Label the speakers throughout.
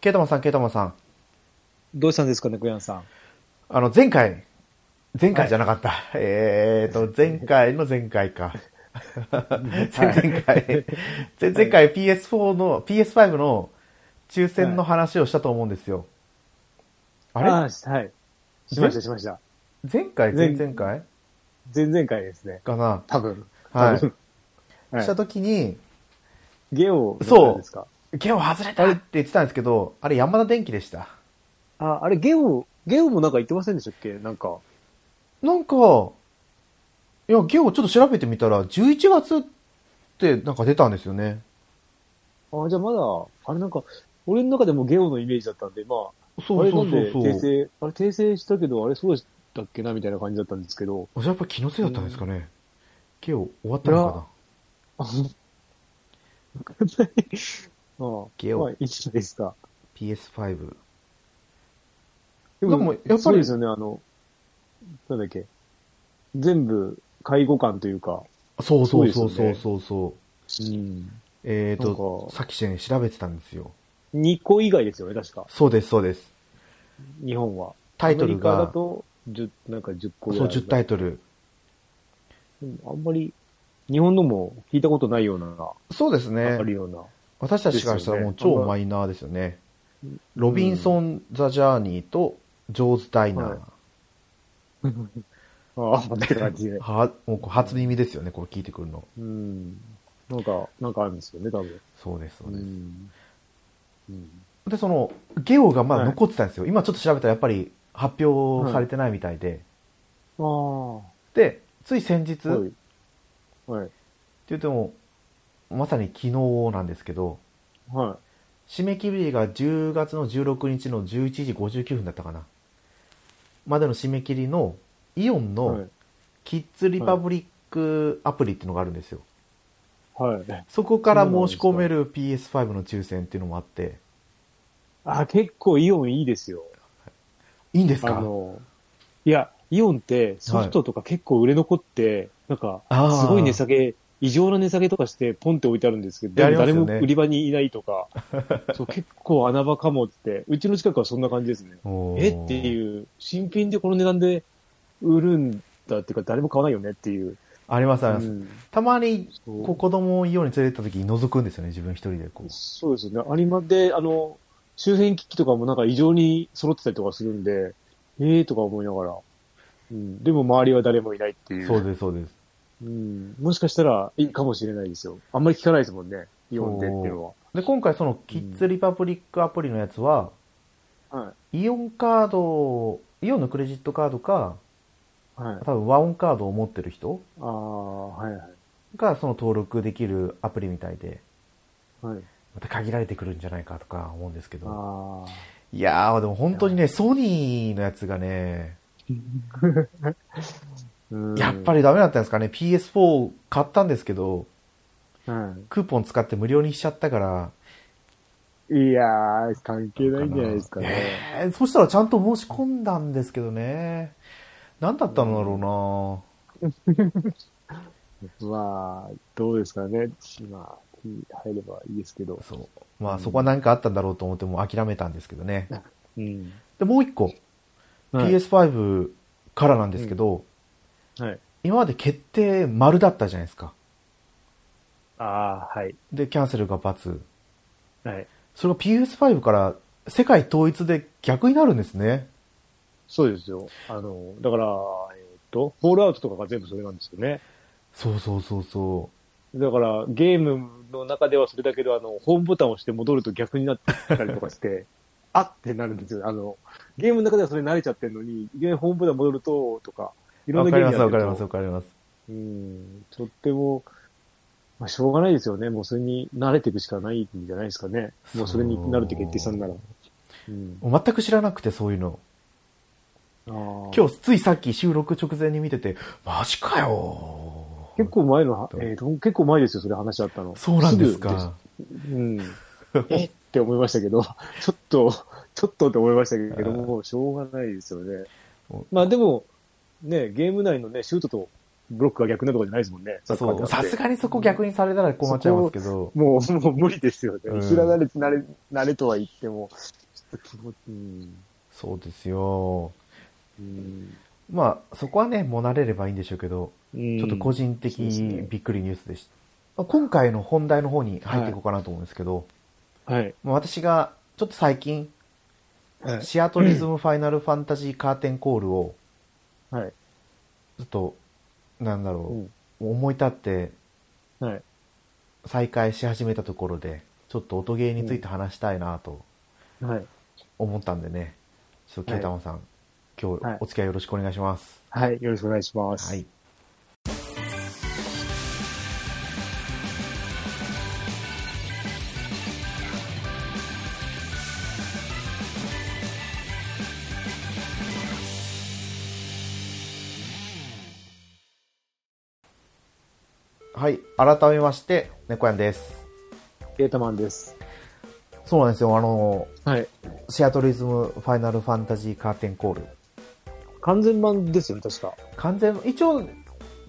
Speaker 1: ケイタマンさん、ケイタマンさん。
Speaker 2: どうしたんですかね、グヤンさん。
Speaker 1: あの、前回、前回じゃなかった。えー と、前回の前回か。前々回、前々回 PS4 の、PS5 の抽選の話をしたと思うんですよ。あれ
Speaker 2: あーはい。しました、しました。
Speaker 1: 前回前
Speaker 2: 前
Speaker 1: 々回
Speaker 2: 前々回ですね。
Speaker 1: かな
Speaker 2: 多分。
Speaker 1: はい
Speaker 2: 多分。は
Speaker 1: した
Speaker 2: い、
Speaker 1: ときに、
Speaker 2: ゲオ
Speaker 1: そう
Speaker 2: ですか
Speaker 1: ゲオ外れたって言ってたんですけど、あれ山田電機でした。
Speaker 2: あ、あれゲオ、ゲオもなんか言ってませんでしたっけなんか。
Speaker 1: なんか、いや、ゲオちょっと調べてみたら、11月ってなんか出たんですよね。
Speaker 2: あ、じゃあまだ、あれなんか、俺の中でもゲオのイメージだったんで、まあ、
Speaker 1: そうそう
Speaker 2: あ
Speaker 1: そ
Speaker 2: れ
Speaker 1: う
Speaker 2: なん
Speaker 1: そ
Speaker 2: で
Speaker 1: う
Speaker 2: 訂。正、あれ訂正したけど、あれそうだっけなみたいな感じだったんですけど、
Speaker 1: あじゃあやっぱ気のせいだったんですかね。ゲオ終わったのかな
Speaker 2: あわかんない。あ
Speaker 1: ゲオ
Speaker 2: まあ、いいじゃないですか。
Speaker 1: ?PS5。
Speaker 2: で
Speaker 1: でも
Speaker 2: も、
Speaker 1: やっぱり
Speaker 2: そうですよね、あの、なんだっけ。全部、介護官というか、
Speaker 1: そうそうそうそう
Speaker 2: そうです
Speaker 1: そうそう。
Speaker 2: うん。
Speaker 1: えっ、ー、
Speaker 2: なん
Speaker 1: と、
Speaker 2: か
Speaker 1: さっきね、調べてたんですよ。
Speaker 2: 2個以外ですよね、確か。
Speaker 1: そうです、そうです。
Speaker 2: 日本は。
Speaker 1: タイトル
Speaker 2: アメリカ
Speaker 1: が
Speaker 2: だ、と、10なんか10個ぐ
Speaker 1: そ
Speaker 2: ら
Speaker 1: う、
Speaker 2: い。
Speaker 1: 10タイトル。
Speaker 2: うんあんまり、日本のも聞いたことないような、
Speaker 1: そうですね
Speaker 2: あ。るような。
Speaker 1: 私たちからしたらもう
Speaker 2: ですよね
Speaker 1: 超マイナーですよね。ロビンソン・ザ・ジャーニーと、ジョーズ・ダイナー。
Speaker 2: はいああ、って 感じで。
Speaker 1: はもうこう初耳ですよね、こう聞いてくるの。
Speaker 2: うん。なんか、なんかあるんですよね、多分。
Speaker 1: そうです、そう
Speaker 2: う
Speaker 1: です。
Speaker 2: ん。うん
Speaker 1: で、その、ゲオがまだ
Speaker 2: はい
Speaker 1: 残ってたんですよ。今ちょっと調べたらやっぱり発表されてないみたいで。
Speaker 2: ああ。は
Speaker 1: で、つい先日、って
Speaker 2: い。はい。
Speaker 1: 言っても、まさに昨日なんですけど、
Speaker 2: は
Speaker 1: 締め切りが10月の16日の11時59分だったかな。までの締め切りの、イオン
Speaker 2: い。は
Speaker 1: の
Speaker 2: い。
Speaker 1: キッズリパブリックアプリっていうのがあるんですよ。
Speaker 2: はい。
Speaker 1: そこから申し込める PS5 の抽選っていうのもあって、
Speaker 2: あ、結構イオンいいですよ。
Speaker 1: いいんです
Speaker 2: あ
Speaker 1: か
Speaker 2: の、いや、イオンってソフトとか結構売れ残って、なんか、
Speaker 1: あー
Speaker 2: すごい値下げ、異常な値下げとかしてポンって置いてあるんですけど、
Speaker 1: や
Speaker 2: で
Speaker 1: り
Speaker 2: も
Speaker 1: ます
Speaker 2: 誰
Speaker 1: よね
Speaker 2: も売り場にいない とか、そう結構穴場かもって、うちの近くはそんな感じですね。
Speaker 1: おー
Speaker 2: えっていう、新品でこの値段で売るんだっていうか、誰も買わないよねっていう。
Speaker 1: あります、あります。
Speaker 2: うん
Speaker 1: たまに、
Speaker 2: そう
Speaker 1: こう子供をイオンに連れてった時に覗くんですよね、自分一人でこう。
Speaker 2: そうですよね。有馬で、あの、周辺機器とかもなんか異常に揃ってたりとかするんで、ええーとか思いながら。うん。でも周りは誰もいないっていう。
Speaker 1: そうです、そうです。
Speaker 2: うん。もしかしたらいいかもしれないですよ。あんまり聞かないですもんね。イオンでっていうの
Speaker 1: で、今回そのキッズリパブリックアプリのやつは、
Speaker 2: は。は
Speaker 1: イオンカードを、イオンのクレジットカードか、
Speaker 2: い。はい。
Speaker 1: 多分和音カードを持ってる人
Speaker 2: ああ、はいはい。
Speaker 1: がその登録できるアプリみたいで、
Speaker 2: はい。
Speaker 1: また限られてくるんじゃないかとか思うんですけど。
Speaker 2: あ
Speaker 1: いやー、でも本当にね、ソニーのやつがね、
Speaker 2: あ。
Speaker 1: やっぱ
Speaker 2: り。
Speaker 1: りダメだったんですかね。PS4 買ったんですけど、
Speaker 2: は
Speaker 1: クーポン使って無料にしちゃったから、
Speaker 2: い。いやー、関係ないんじゃないですかね。
Speaker 1: えーそしたらちゃんと申し込んだんですけどね。何だったんだろうな
Speaker 2: まあ、どうですかね。まあ、入ればいいですけど。
Speaker 1: そう。まあそこは何かあったんだろうと思ってもう諦めたんですけどね。
Speaker 2: うん。
Speaker 1: で、もう一個、
Speaker 2: はい。
Speaker 1: PS5 からなんですけど、
Speaker 2: はい。
Speaker 1: 今まで決定丸だったじゃないですか。
Speaker 2: ああ、はい。
Speaker 1: で、キャンセルが×。
Speaker 2: はい。
Speaker 1: それが PS5 から世界統一で逆になるんですね。
Speaker 2: そうですよ。あの、だから、えっと、フォールアウトとかが全部それなんですよね。
Speaker 1: そうそうそうそ。
Speaker 2: だから、ゲームの中ではそれだけど、あの、ホームボタンを押して戻ると逆になったりとかして、 あってなるんですよ。あの、ゲームの中ではそれ慣れちゃってるのに、いきなりホームボタン戻ると、とか、いうろん
Speaker 1: わ
Speaker 2: な
Speaker 1: か
Speaker 2: ゲ
Speaker 1: り
Speaker 2: ー
Speaker 1: ま
Speaker 2: ム
Speaker 1: す
Speaker 2: や
Speaker 1: わ
Speaker 2: って
Speaker 1: かり
Speaker 2: る
Speaker 1: ます
Speaker 2: と
Speaker 1: わ。かります。
Speaker 2: うん、とっても、まあ、しょうがないですよね。もうそれに慣れていくしかないんじゃないですかね。もうそれになるって決定したんなら。うん。
Speaker 1: もう全く知らなくてそういうの。
Speaker 2: 今
Speaker 1: 今日ついさっき収録直前に見てて、マジかよ
Speaker 2: 結構前のは、えーと、結構前ですよ、それ話あったの。
Speaker 1: そうなんです
Speaker 2: ぐ
Speaker 1: か。
Speaker 2: うん。 えって思いましたけど、ちょっと、ちょっとって思いましたけども、しょうがないですよね。まあでも、ね、ゲーム内のね、シュートとブロックが逆なとかじゃないですもんね。サッカー
Speaker 1: そ
Speaker 2: って
Speaker 1: う、さす
Speaker 2: が
Speaker 1: がにそこ逆にされたら困っちゃいますけど、
Speaker 2: もう、もう無理ですよね。
Speaker 1: うん
Speaker 2: 知らなれ、慣れ、慣れとは言っても、ちょっと気持ち、うん。
Speaker 1: そうですよ。
Speaker 2: うん
Speaker 1: まあ、そこはね、もう慣れればいいんでしょうけど、ちょっと個人的
Speaker 2: そうですね
Speaker 1: びっくりニュースでした。まあ今回の本題の方に入っていこうかなと思うんですけど、
Speaker 2: はい。
Speaker 1: まあ私がちょっと最近、
Speaker 2: はい。
Speaker 1: シアトリズムファイナルファンタジーカーテンコールを、
Speaker 2: はい。
Speaker 1: ちょっと、なんだ
Speaker 2: う
Speaker 1: ろ
Speaker 2: ん
Speaker 1: う、思い立って
Speaker 2: はい。
Speaker 1: 再開し始めたところで、ちょっと音ゲーについて話したいなと
Speaker 2: はい。
Speaker 1: 思ったんでね、ちょっとケイタマンさん、今
Speaker 2: は
Speaker 1: 日
Speaker 2: い
Speaker 1: お付き合いよろしくお願いします。
Speaker 2: はい。よろしくお願いします。
Speaker 1: はい。はい、改めまして、猫やんです。
Speaker 2: ゲータマンです。
Speaker 1: そうなんですよ、あの、
Speaker 2: はい。
Speaker 1: シアトリズムファイナルファンタジーカーテンコール。
Speaker 2: 完全版ですよね、確か。
Speaker 1: 完全、一応、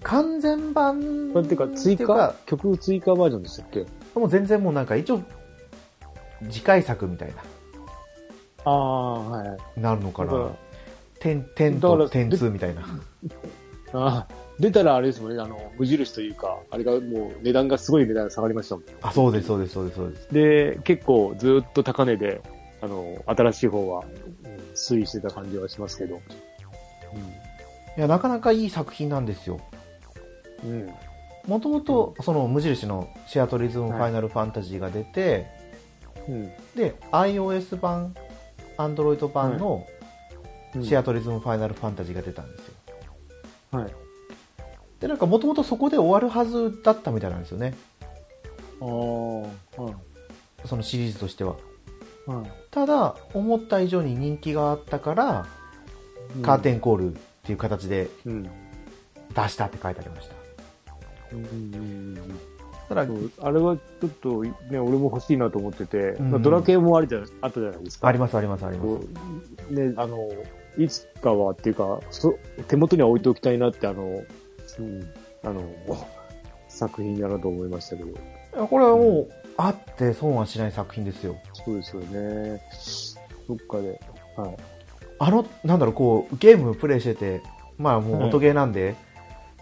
Speaker 1: 完全版。
Speaker 2: これっていうか、追
Speaker 1: っていう
Speaker 2: 加
Speaker 1: か、
Speaker 2: 曲追加バージョンでしたっけ
Speaker 1: もう全然もうなんか一応、次回作みたい
Speaker 2: ああ、はい。
Speaker 1: な、なるのか
Speaker 2: だか
Speaker 1: な
Speaker 2: ら。
Speaker 1: 点、点
Speaker 2: だか
Speaker 1: と
Speaker 2: ら
Speaker 1: 点数みたいな。
Speaker 2: ああ、出たらあれですもんね、あの、無印というか、あれがもう値段がすごい値段が下がりましたもん。
Speaker 1: あ、そうです、そうです、そうです、そうです。
Speaker 2: で、結構ずっと高値で、あの、新しい方は、うん推移してた感じはしますけど。
Speaker 1: いや、なかなかいい作品なんですよ。
Speaker 2: うん。うん。
Speaker 1: もともと、その無印のシアトリズムフ
Speaker 2: はい
Speaker 1: ァイナルファンタジーが出て、
Speaker 2: うん。
Speaker 1: で、iOS 版、Android 版のシアトリズムファイナルファンタジーが出たんですよ。
Speaker 2: はい。
Speaker 1: で、なんかもともとそこで終わるはずだったみたいなんですよね。
Speaker 2: ああ、はい。
Speaker 1: そのシリーズとしては。
Speaker 2: はい。
Speaker 1: ただ思った以上に人気があったからカーテンコールっていう形で
Speaker 2: ン。うん。
Speaker 1: 出したって書いてありました、
Speaker 2: うんうんうん
Speaker 1: ただ
Speaker 2: そうあれはちょっとね、俺も欲しいなと思ってて、
Speaker 1: ん
Speaker 2: まあドラケンもありじゃあったじゃないですか。
Speaker 1: ありますありますあります
Speaker 2: こうね、あの、いつかはっていうか、そ手元には置いておきたいなって、あの、うん、あの、作品だなと思いましたけど、
Speaker 1: いやこれはもうあって損はしない作品ですよ
Speaker 2: そうですよね。どっかで、はい。
Speaker 1: あのなんだろうこうゲームプレイしててまあも
Speaker 2: は
Speaker 1: う
Speaker 2: い
Speaker 1: 音ゲーなんで、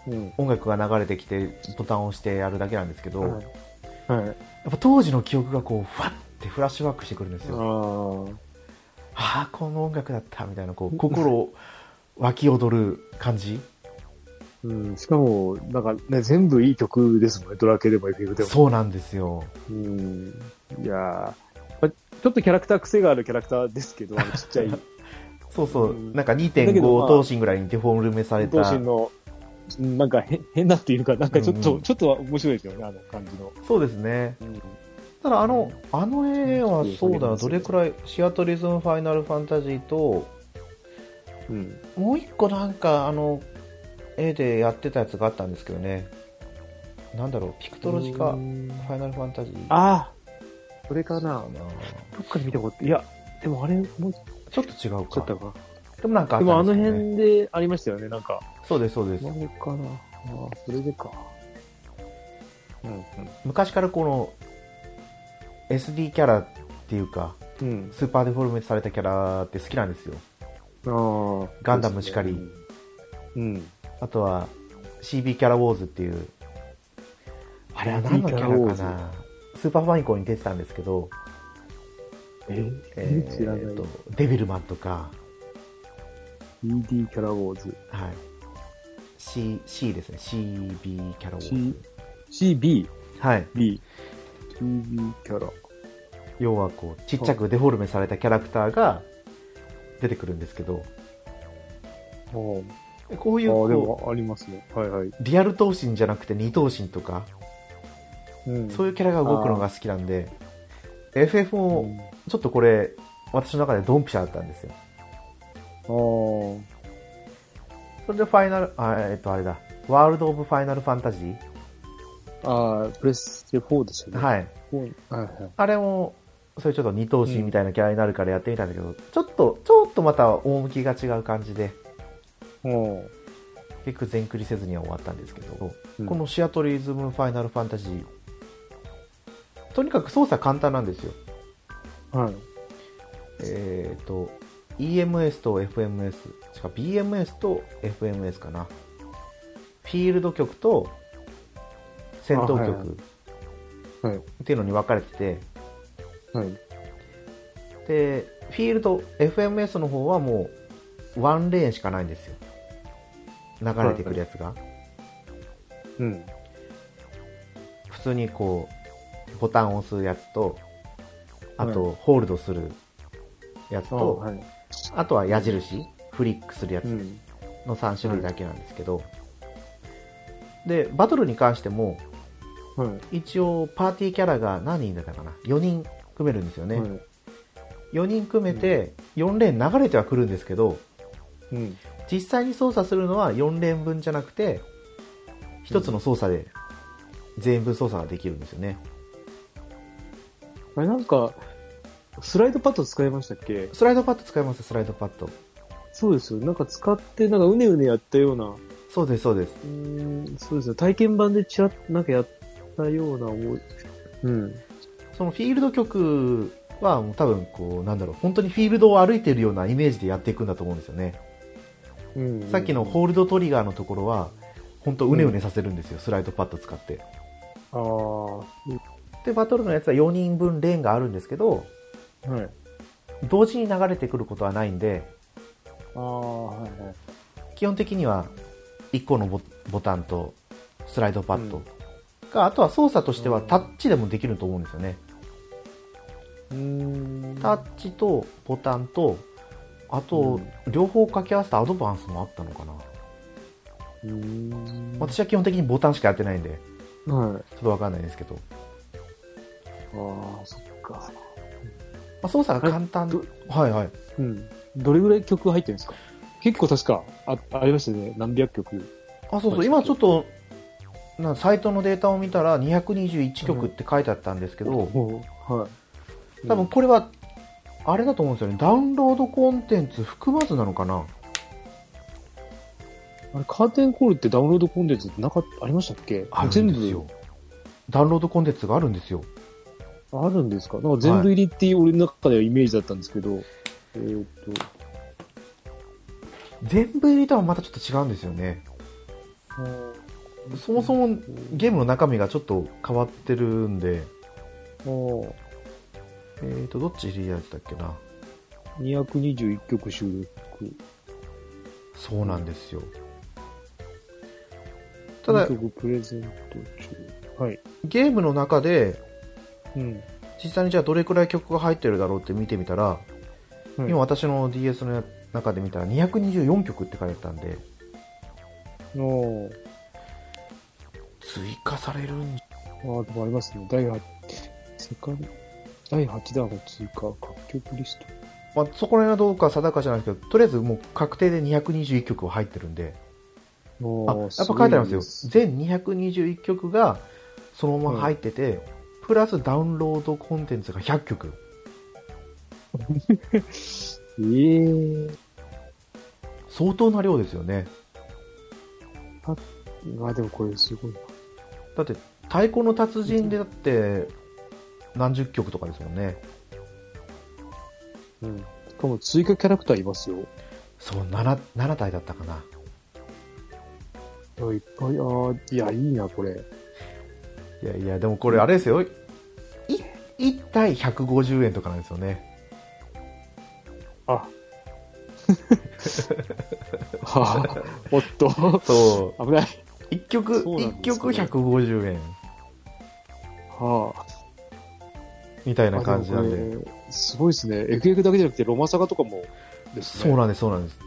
Speaker 2: うん。
Speaker 1: 音楽が流れてきてボタンを押してやるだけなんですけど、
Speaker 2: は
Speaker 1: や
Speaker 2: い。はい。
Speaker 1: っぱ当時の記憶がこうふわってフラッシュバックしてくるんですよ、あ
Speaker 2: あ
Speaker 1: あこの音楽だったみたいなこう心を湧き踊る感じ
Speaker 2: あ。うん。しかも、なんかね、全部いい曲ですもんね。ドラケンでも FF でも。
Speaker 1: そうなんですよ
Speaker 2: うん。いやーまあちょっとキャラクター癖があるキャラクターですけど、あのちっちゃい、
Speaker 1: そうそう、
Speaker 2: うん
Speaker 1: なんか
Speaker 2: だけどま
Speaker 1: 2.5
Speaker 2: あ
Speaker 1: 等身ぐらいにデフォルメされた。
Speaker 2: 同心の、うんなんかへ変なっていうか、なんかちょっと、
Speaker 1: うん
Speaker 2: ちょっとは面白いですよね、あの感じの。
Speaker 1: そうですね。
Speaker 2: うん
Speaker 1: ただあの、あの絵はそうだな、どれくらい、シアトリズムファイナルファンタジーと、
Speaker 2: うん。
Speaker 1: もう一個なんかあの、絵でやってたやつがあったんですけどね。なんだろう、ピクトロジカファイナルファンタジーか
Speaker 2: ああ、それかな。
Speaker 1: な。
Speaker 2: どっかで見たこと、いや、でもあれ、もうち
Speaker 1: ちょっと違う
Speaker 2: ょっと
Speaker 1: か。
Speaker 2: か。
Speaker 1: でもなんか
Speaker 2: でも
Speaker 1: あ
Speaker 2: あ
Speaker 1: ったん
Speaker 2: の
Speaker 1: ですよね
Speaker 2: 辺でありましたよね、なんか。
Speaker 1: そうです、そうです
Speaker 2: あ。れかな。ああ、それでか。うん、
Speaker 1: 昔からこの、SD キャラっていうか、
Speaker 2: うん。
Speaker 1: スーパーデフォルメされたキャラって好きなんですよ。
Speaker 2: うん。ああ。
Speaker 1: ガンダムしかり
Speaker 2: そうですね。うん。
Speaker 1: あとは CB キャラウォーズっていう、あれは何のキャラ
Speaker 2: キャラウォ
Speaker 1: か
Speaker 2: ーズ
Speaker 1: なスーパーファミコンに出てたんですけど、
Speaker 2: え
Speaker 1: え
Speaker 2: 知らない。
Speaker 1: ーとデビルマンとか、
Speaker 2: ED キャラウォーズ。
Speaker 1: はい、C, C ですね、CB キャラウォーズ。
Speaker 2: CB。
Speaker 1: はい、
Speaker 2: B。CB キャラ。
Speaker 1: 要はこうちっちゃくデフォルメされたキャラクターが出てくるんですけど、
Speaker 2: おー
Speaker 1: こういう
Speaker 2: ああ、で
Speaker 1: こ
Speaker 2: もありますね。はいはい。
Speaker 1: うリアル闘身じゃなくて二等身とか、
Speaker 2: うん
Speaker 1: そういうキャラが動くのが好きなんで、FF もちょっとこれ、私の中でドンピシャだったんですよ。
Speaker 2: うんあ
Speaker 1: それでファイナル、あ、えっと、あれだ。ワールド・オブ・ファイナル・ファンタジー、
Speaker 2: あ。ああ、プレステ4ですよね。
Speaker 1: はい。
Speaker 2: い。はいはい。
Speaker 1: あれも、それちょっと二等身みたいなキャラになるからやってみたんだけど、ちょっと、ちょっとまた趣が違う感じで、
Speaker 2: うん。
Speaker 1: 結局全クリせずには終わったんですけど、
Speaker 2: うん
Speaker 1: このシアトリズムファイナルファンタジー、とにかく操作簡単なんですよ。
Speaker 2: はい。
Speaker 1: えっ、と、EMS と FMS、しか BMS と FMS かな。フィールド局と戦闘
Speaker 2: あはいはい
Speaker 1: 局
Speaker 2: はい。
Speaker 1: っていうのに分かれてて、
Speaker 2: はい。
Speaker 1: で、フィールド、FMS の方はもう、ワンレーンしかないんですよ。流れてくるやつが。
Speaker 2: うん。
Speaker 1: 普通にこう、ボタンを押すやつと、あ
Speaker 2: は
Speaker 1: と、ホールドするやつ
Speaker 2: あ
Speaker 1: と、
Speaker 2: はい。
Speaker 1: あとは矢印、フリックするやつ
Speaker 2: うん。
Speaker 1: の3種類だけなんですけど、で、バトルに関しても、
Speaker 2: はい。
Speaker 1: 一応パーティーキャラが何人いたかな ?4 人組めるんですよね。
Speaker 2: はい。
Speaker 1: 4人組めて、4レーン流れてはくるんですけど、
Speaker 2: うん。
Speaker 1: 実際に操作するのは4レーン分じゃなくて、1つの操作で全員分操作ができるんですよね。
Speaker 2: あれなんか、スライドパッド使いましたっけ
Speaker 1: スライドパッド使います、スライドパッド。
Speaker 2: そうですよ。なんか使って、なんかうねうねやったような、う
Speaker 1: そうです、そうです。
Speaker 2: ーん、そうですね。体験版でちらっとなんかやったような思い。うん。
Speaker 1: そのフィールド曲はもう多分こう、なんだろう、本当にフィールドを歩いてるようなイメージでやっていくんだと思うんですよね。
Speaker 2: うん、
Speaker 1: さっきのホールドトリガーのところは、本当うねうねさせるんですよ、スライドパッド使って。
Speaker 2: ああ、は
Speaker 1: で、バトルのやつは4人分レーンがあるんですけど、
Speaker 2: い。
Speaker 1: 同時に流れてくることはないんで、
Speaker 2: ああ、はいはい。
Speaker 1: 基本的には1個のボボタンとスライドパッドが、あとは操作としてはタッチでもできると思うんですよね。
Speaker 2: うーん。
Speaker 1: タッチとボタンと、あ
Speaker 2: う
Speaker 1: と
Speaker 2: ん、
Speaker 1: 両方掛け合わせたアドバンスもあったのかな。
Speaker 2: うーん。
Speaker 1: 私は基本的にボタンしかやってないんで、
Speaker 2: はい。
Speaker 1: ちょっとわかんないですけど。
Speaker 2: ああ、そっか。
Speaker 1: まあ、操作が簡単
Speaker 2: ど。
Speaker 1: はいはい。
Speaker 2: うん。どれぐらい曲入ってるんですか結構確か、あ、ありましたね。何百曲。
Speaker 1: あ、そうそう、今ちょっと、なサイトのデータを見たら221曲って書いてあったんですけど、
Speaker 2: うはい。
Speaker 1: 多分これは、あれだと思うんですよね。ダウンロードコンテンツ含まずなのかな
Speaker 2: あれ、カーテンコールってダウンロードコンテンツってなかっありましたっけ
Speaker 1: あるんです
Speaker 2: 全
Speaker 1: よ。ダウンロードコンテンツがあるんですよ。
Speaker 2: 部、あるんですかなんか全部入りっていう俺の中ではイメージだったんですけど、えーっ
Speaker 1: 全部入りとはまたちょっと違うんですよね。
Speaker 2: と、
Speaker 1: そもそもゲームの中身がちょっと変わってるんで、
Speaker 2: も、
Speaker 1: えーと、どっち入りやつだっけな。
Speaker 2: 221曲収録。
Speaker 1: そうなんですよ。ただ
Speaker 2: 2、曲プレゼント中。はい。
Speaker 1: ゲームの中で、
Speaker 2: うん。
Speaker 1: 実際にじゃあどれくらい曲が入ってるだろうって見てみたら、
Speaker 2: はい
Speaker 1: 今私の DS の中で見たら224曲って書いてあったんで、
Speaker 2: の
Speaker 1: 追加されるん
Speaker 2: あー、でもありますね。第8、セカンド、第8弾が追加、各曲リスト。
Speaker 1: まあ、そこら辺はどうか定かじゃないですけど、とりあえずもう確定で221曲は入ってるんで、あやっぱ書いてありますよ。全221曲がそのまま入ってて、プラスダウンロードコンテンツが100曲。
Speaker 2: ええ
Speaker 1: 相当な量ですよね。
Speaker 2: まあでもこれすごいな。
Speaker 1: だって、太鼓の達人でだって、何十曲とかですもんね。
Speaker 2: うん。しかも追加キャラクターいますよ。
Speaker 1: そう、7、7体だったかな。
Speaker 2: いや、いっぱい、あーいや、いいな、これ。
Speaker 1: いやいや、でもこれあれですよ。い1体150円とかなんですよね。
Speaker 2: あ。はあ、おっと、
Speaker 1: そう。
Speaker 2: 危ない。
Speaker 1: 1曲、
Speaker 2: そうなんで
Speaker 1: 一
Speaker 2: すね
Speaker 1: 曲150円
Speaker 2: はあ。
Speaker 1: みたいな感じなん
Speaker 2: あ
Speaker 1: で。
Speaker 2: もこれすごいですね。FF だけじゃなくて、ロマサガとかもです
Speaker 1: そ
Speaker 2: ね。
Speaker 1: うなんです、そうなんです。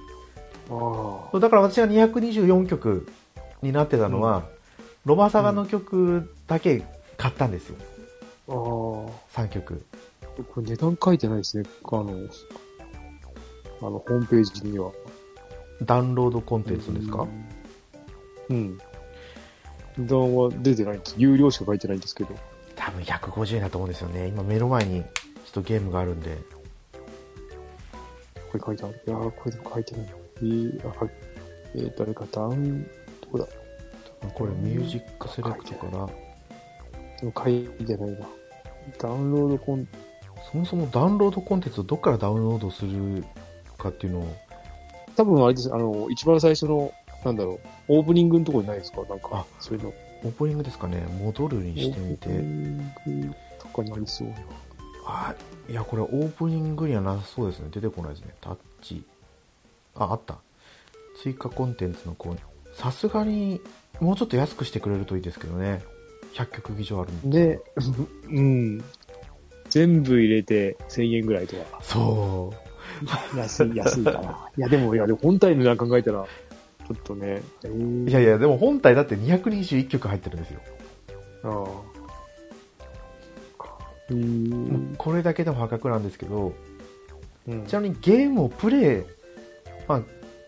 Speaker 2: あ
Speaker 1: だから私が224曲になってたのは、ロマサガの曲だけ買ったんですよ。
Speaker 2: あ。ああ。こ
Speaker 1: 3曲。
Speaker 2: れ値段書いてないですね。あの、あの、ホームページには。
Speaker 1: ダウンロードコンテンツですか
Speaker 2: うん。値段は出てないんです。有料しか書いてないんですけど。
Speaker 1: 多分150円だと思うんですよね。今目の前にちょっとゲームがあるんで。
Speaker 2: これ書いてある。いやー、これでも書いてない。いい、あ、はい。えっ、と、あれか、ダウン、どこだ
Speaker 1: これミュージックセレクトから、
Speaker 2: でも書いてないな。ダウンロードコン、
Speaker 1: そもそもダウンロードコンテンツをどっからダウンロードするかっていうのを、
Speaker 2: 多分あれです、あの、一番最初の、なんだろう、オープニングのところにないですかなんか
Speaker 1: あ、
Speaker 2: そういうの。
Speaker 1: オープニングですかね、戻るにしてみ
Speaker 2: オープ
Speaker 1: て。
Speaker 2: ニングとかにありそうな。
Speaker 1: あ、いや、これオープニングにはなさそうですね。出てこないですね。タッチ。あ、あった。追加コンテンツの購入。さすがに、もうちょっと安くしてくれるといいですけどね。100曲以上あるん
Speaker 2: で、うん。全部入れて1000円ぐらいとか。
Speaker 1: そ
Speaker 2: 安い、安いから。いや、でも、いや、でも本体の値段考えたら、ちょっとね、えー
Speaker 1: う。いやいや、でも本体だって221曲入ってるんですよ。
Speaker 2: ああ。うーん。
Speaker 1: これだけでも破格なんですけど、
Speaker 2: うん
Speaker 1: ちなみにゲームをプレイ、まあ、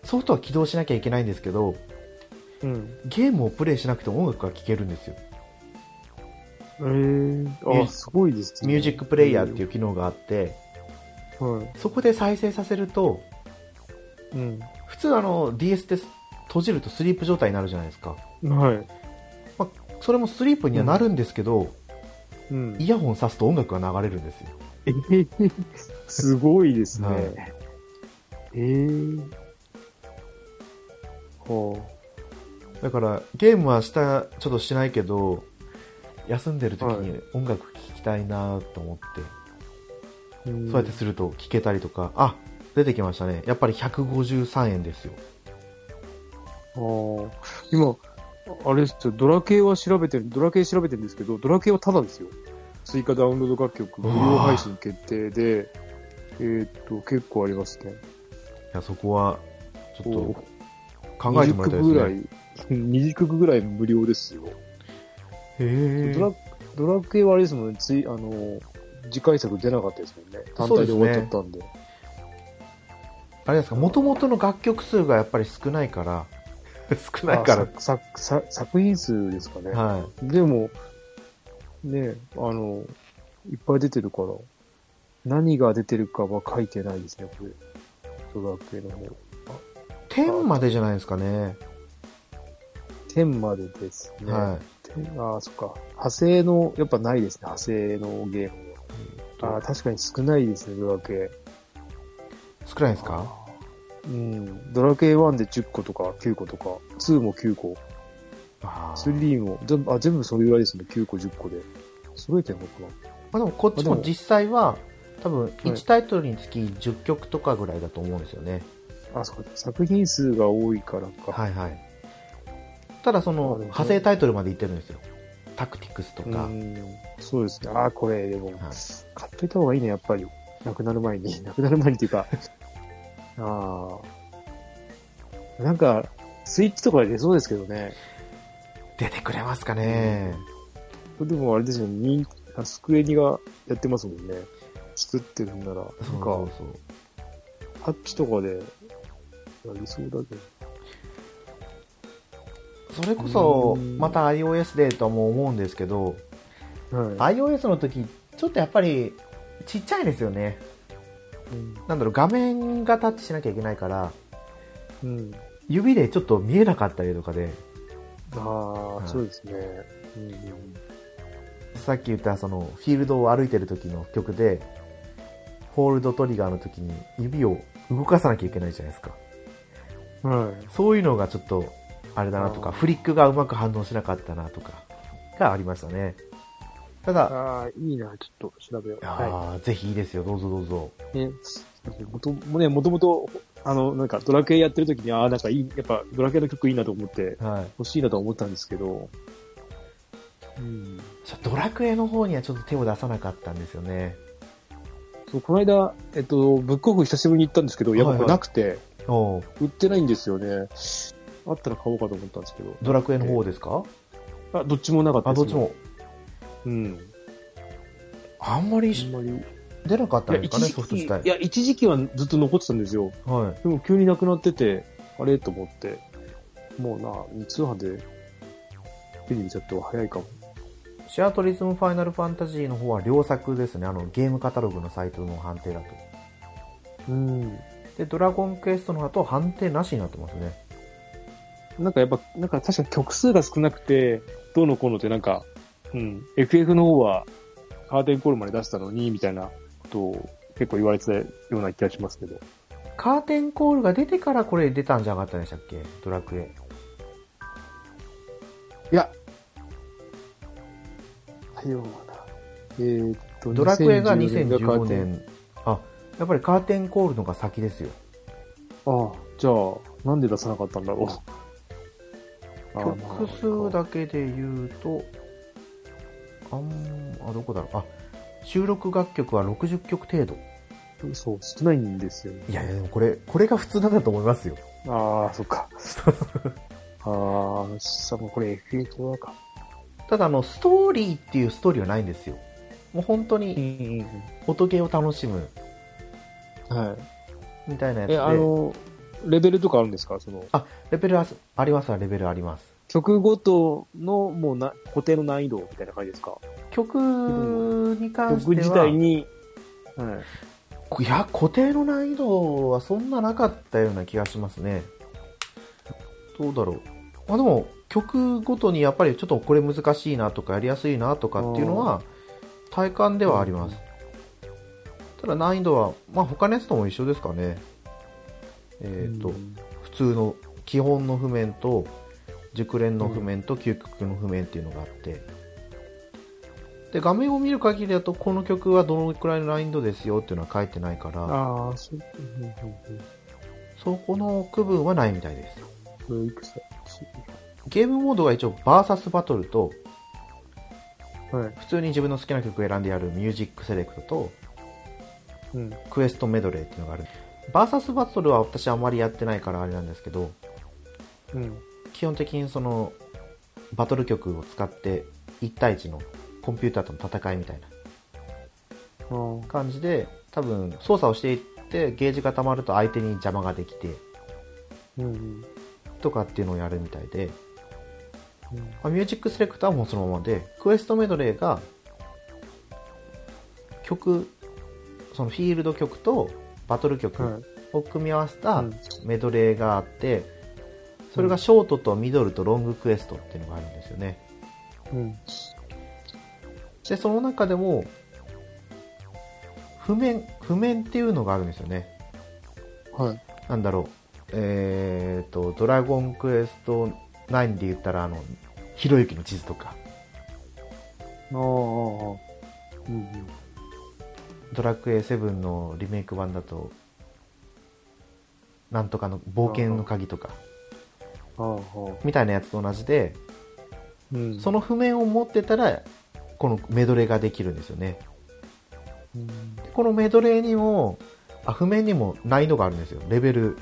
Speaker 1: ソフトは起動しなきゃいけないんですけど、
Speaker 2: うん。
Speaker 1: ゲームをプレイしなくても音楽が聴けるんですよ。
Speaker 2: えー、
Speaker 1: ミュー
Speaker 2: あ、
Speaker 1: ジ
Speaker 2: すごいですね。
Speaker 1: ミュージックプレイヤーっていう機能があって、
Speaker 2: うん。はい。
Speaker 1: そこで再生させると、
Speaker 2: うん。
Speaker 1: 普通あの DS って閉じるとスリープ状態になるじゃないですか。
Speaker 2: はい。
Speaker 1: それもスリープにはなるんですけど、
Speaker 2: うん。
Speaker 1: イヤホン挿すと音楽が流れるんですよ。
Speaker 2: えーすごいですね。
Speaker 1: はい
Speaker 2: えー。は
Speaker 1: だからゲームはした、ちょっとしないけど、休んでる時に音楽聴きたいなと思って、
Speaker 2: あ。そ
Speaker 1: そうやってすると聴けたりとか、あ、出てきましたね。やっぱり153円ですよ。
Speaker 2: あー今、ああれですよ、ドラ系は調べてる、ドラ系調べてるんですけど、ドラ系はタダですよ。追加ダウンロード楽曲、無
Speaker 1: うわー
Speaker 2: 料配信決定で、えーっと、結構ありますね。
Speaker 1: いや、そこは、ちょ
Speaker 2: お
Speaker 1: っと考えてもらいたいです
Speaker 2: 20曲ぐら
Speaker 1: ね。
Speaker 2: い、20曲ぐらい無料ですよ。
Speaker 1: へ
Speaker 2: ドラ、ドラ系はあれですもんね、つい、あの、次回作出なかったですもんね。単体で終わっちゃったんで。
Speaker 1: あれですか、もともとの楽曲数がやっぱり少ないから、 少ない
Speaker 2: あ
Speaker 1: から、
Speaker 2: さささ作品数ですかね。
Speaker 1: はい。
Speaker 2: でも、ね、あの、いっぱい出てるから、何が出てるかは書いてないですね、これ。ドラクエの方。
Speaker 1: 10までじゃないですかね。
Speaker 2: 10までですね。
Speaker 1: は
Speaker 2: 10ああ、そっか。派生の、やっぱないですね、派生のゲームは。ああー、確かに少ないですね、ドラクエ。
Speaker 1: い。少ないですか
Speaker 2: うん。ドラクエ1で10個とか9個とか、2も9個、
Speaker 1: あー
Speaker 2: 3も、全部、あ、全部それぐらいですね、9個、10個で。揃えてんのかな
Speaker 1: まあ、でもこっち
Speaker 2: あ
Speaker 1: も
Speaker 2: でも
Speaker 1: 実際は、多分
Speaker 2: はい
Speaker 1: 1タイトルにつき10曲とかぐらいだと思うんですよね。
Speaker 2: あ、そっか、作品数が多いからか。
Speaker 1: はいはい。ただそ
Speaker 2: なる
Speaker 1: の、
Speaker 2: ほど
Speaker 1: 派生タイトルまでいってるんですよ。タクティクスと
Speaker 2: う
Speaker 1: か。
Speaker 2: んそうですね。ああ、これ、でも、
Speaker 1: はい
Speaker 2: 買っといた方がいいね、やっぱり。なくなる前に。な くなる前にっていうか。ああ。なんか、スイッチとか出そうですけどね。
Speaker 1: 出てくれますかね。
Speaker 2: これでもあれですよね、にあスクエニがやってますもんね。作ってるんなら。なん
Speaker 1: そうそ
Speaker 2: か
Speaker 1: う、そう。
Speaker 2: パッチとかで、やりそうだけど。
Speaker 1: それこそ、
Speaker 2: うん
Speaker 1: また iOS でとも思うんですけど、
Speaker 2: はい。
Speaker 1: iOS の時、ちょっとやっぱり、ちっちゃいですよね。
Speaker 2: うん
Speaker 1: なんだろう、画面がタッチしなきゃいけないから、
Speaker 2: うん。
Speaker 1: 指でちょっと見えなかったりとかで、
Speaker 2: ああ、
Speaker 1: い
Speaker 2: そうですね。うん
Speaker 1: さっき言ったそのフィールドを歩いてる時の曲で、ホールドトリガーの時に指を動かさなきゃいけないじゃないですか。
Speaker 2: はい。
Speaker 1: そういうのがちょっと、あれだなとか、
Speaker 2: あー
Speaker 1: フリックがうまく反応しなかったなとか、がありましたね。ただ、
Speaker 2: ああ、いいな、ちょっと調べよう。はい。
Speaker 1: あーぜひいいですよ、どうぞどうぞ。
Speaker 2: ね、もともね、もともと、あの、なんかドラクエやってる時に、ああ、なんかいい、やっぱドラクエの曲いいなと思って、
Speaker 1: はい。
Speaker 2: 欲しいなとは思ったんですけど、うん。
Speaker 1: ちょドラクエの方にはちょっと手を出さなかったんですよね。
Speaker 2: そう、この間、えっと、ブックオフ久しぶりに行ったんですけど、やっぱ
Speaker 1: はい
Speaker 2: こ
Speaker 1: はい
Speaker 2: れなくて、
Speaker 1: おう
Speaker 2: 売ってないんですよね。あったら買おうかと思ったんですけど、
Speaker 1: ドラクエの方ですか、
Speaker 2: あ、どっちもなかった
Speaker 1: あ、
Speaker 2: です
Speaker 1: どっち。も。
Speaker 2: うん。
Speaker 1: あんま
Speaker 2: あん
Speaker 1: り
Speaker 2: まり。い
Speaker 1: 出なかったんですかね、ソフト
Speaker 2: 期、い
Speaker 1: 自体。
Speaker 2: や、一時期はずっと残ってたんですよ。
Speaker 1: はい。
Speaker 2: でも急になくなってて、あれと思って、もうな、通販で手に入れちゃった方が早いかも。
Speaker 1: シアトリズムファイナルファンタジーの方は良作ですね。あの、ゲームカタログのサイトの判定だと。
Speaker 2: うん。
Speaker 1: で、ドラゴンクエストの方は判定なしになってますね。
Speaker 2: なんかやっぱ、なんか確かに曲数が少なくて、どうのこうのってなんか、うん、FF の方はカーテンコールまで出したのに、みたいなことを結構言われてたような気がしますけど。
Speaker 1: カーテンコールが出てからこれ出たんじゃなかったんでしたっけドラクエ。
Speaker 2: いや、太陽はな。えーっと、
Speaker 1: ドラクエが
Speaker 2: がカ
Speaker 1: 2015
Speaker 2: ーテン
Speaker 1: 年。あ、やっぱりカーテンコールのが先ですよ。
Speaker 2: ああ、じゃあ、なんで出さなかったんだろう。
Speaker 1: 曲数だけで言うと、あん、あ、どこだろう。あ、収録楽曲は60曲程度。
Speaker 2: け。そう、少ないんですよね。
Speaker 1: いやいや、でもこれ、これが普通なんだと思いますよ。
Speaker 2: ああ、そ っか。ああ、さもうこれ FF か。
Speaker 1: ただ、あの、ストーリーっていうストーリーはないんですよ。もう本当
Speaker 2: う
Speaker 1: に、
Speaker 2: ん
Speaker 1: 音ゲーを楽しむ、
Speaker 2: うん。はい。
Speaker 1: みたいなやつで。
Speaker 2: え、あの、レベルとかあるんですかその、
Speaker 1: レベルはありますはレベルあります。
Speaker 2: 曲ごとの、もうな、固定の難易度みたいな感じですか
Speaker 1: 曲に関しては、
Speaker 2: 曲自体に、はい。
Speaker 1: いや、固定の難易度はそんななかったような気がしますね。どうだろう。まあでも、曲ごとにやっぱりちょっとこれ難しいなとかやりやすいなとかっていうのは体感ではあります。ただ難易度は、まあ他のやつとも一緒ですかね。えっ、と、
Speaker 2: うん
Speaker 1: 普通の基本の譜面と熟練の譜面と究極の譜面っていうのがあってで画面を見る限りだとこの曲はどのくらいの難易度ですよっていうのは書いてないから
Speaker 2: ああ、そう。うんうんうん
Speaker 1: そこの区分はないみたいです
Speaker 2: これいくつだ
Speaker 1: ゲームモードが一応バーサスバトルと
Speaker 2: はい。
Speaker 1: 普通に自分の好きな曲を選んでやるミュージックセレクトと
Speaker 2: うん。
Speaker 1: クエストメドレーっていうのがあるバーサスバトルは私あんまりやってないからあれなんですけど
Speaker 2: うん。
Speaker 1: 基本的にそのバトル曲を使って1対1のコンピューターとの戦いみたいな
Speaker 2: あー
Speaker 1: 感じで多分操作をしていってゲージが溜まると相手に邪魔ができて
Speaker 2: うんうん。
Speaker 1: とかっていうのをやるみたいで
Speaker 2: うん
Speaker 1: まあミュージックセレクターもそのままでクエストメドレーが曲そのフィールド曲とバトル
Speaker 2: は
Speaker 1: 曲
Speaker 2: い。
Speaker 1: を組み合わせた
Speaker 2: うん
Speaker 1: メドレーがあってそれがショートとミドルとロングクエストっていうのがあるんですよね
Speaker 2: うん。
Speaker 1: でその中でも譜面譜面っていうのがあるんですよね
Speaker 2: はい。
Speaker 1: なんだろう、えー、と、ドラゴンクエスト9で言ったら、あの、ひろゆきの地図とか、
Speaker 2: ああ、ああ、ああうんうん。
Speaker 1: ドラクエ7のリメイク版だと、なんとかの冒険の鍵とか、
Speaker 2: ああ、ああ。
Speaker 1: みたいなやつと同じで、
Speaker 2: うん
Speaker 1: そ、の譜面を持ってたら、このメドレーができるんですよね。
Speaker 2: うん
Speaker 1: このメドレーにも、あ、譜面にも難易度があるんですよ。レベル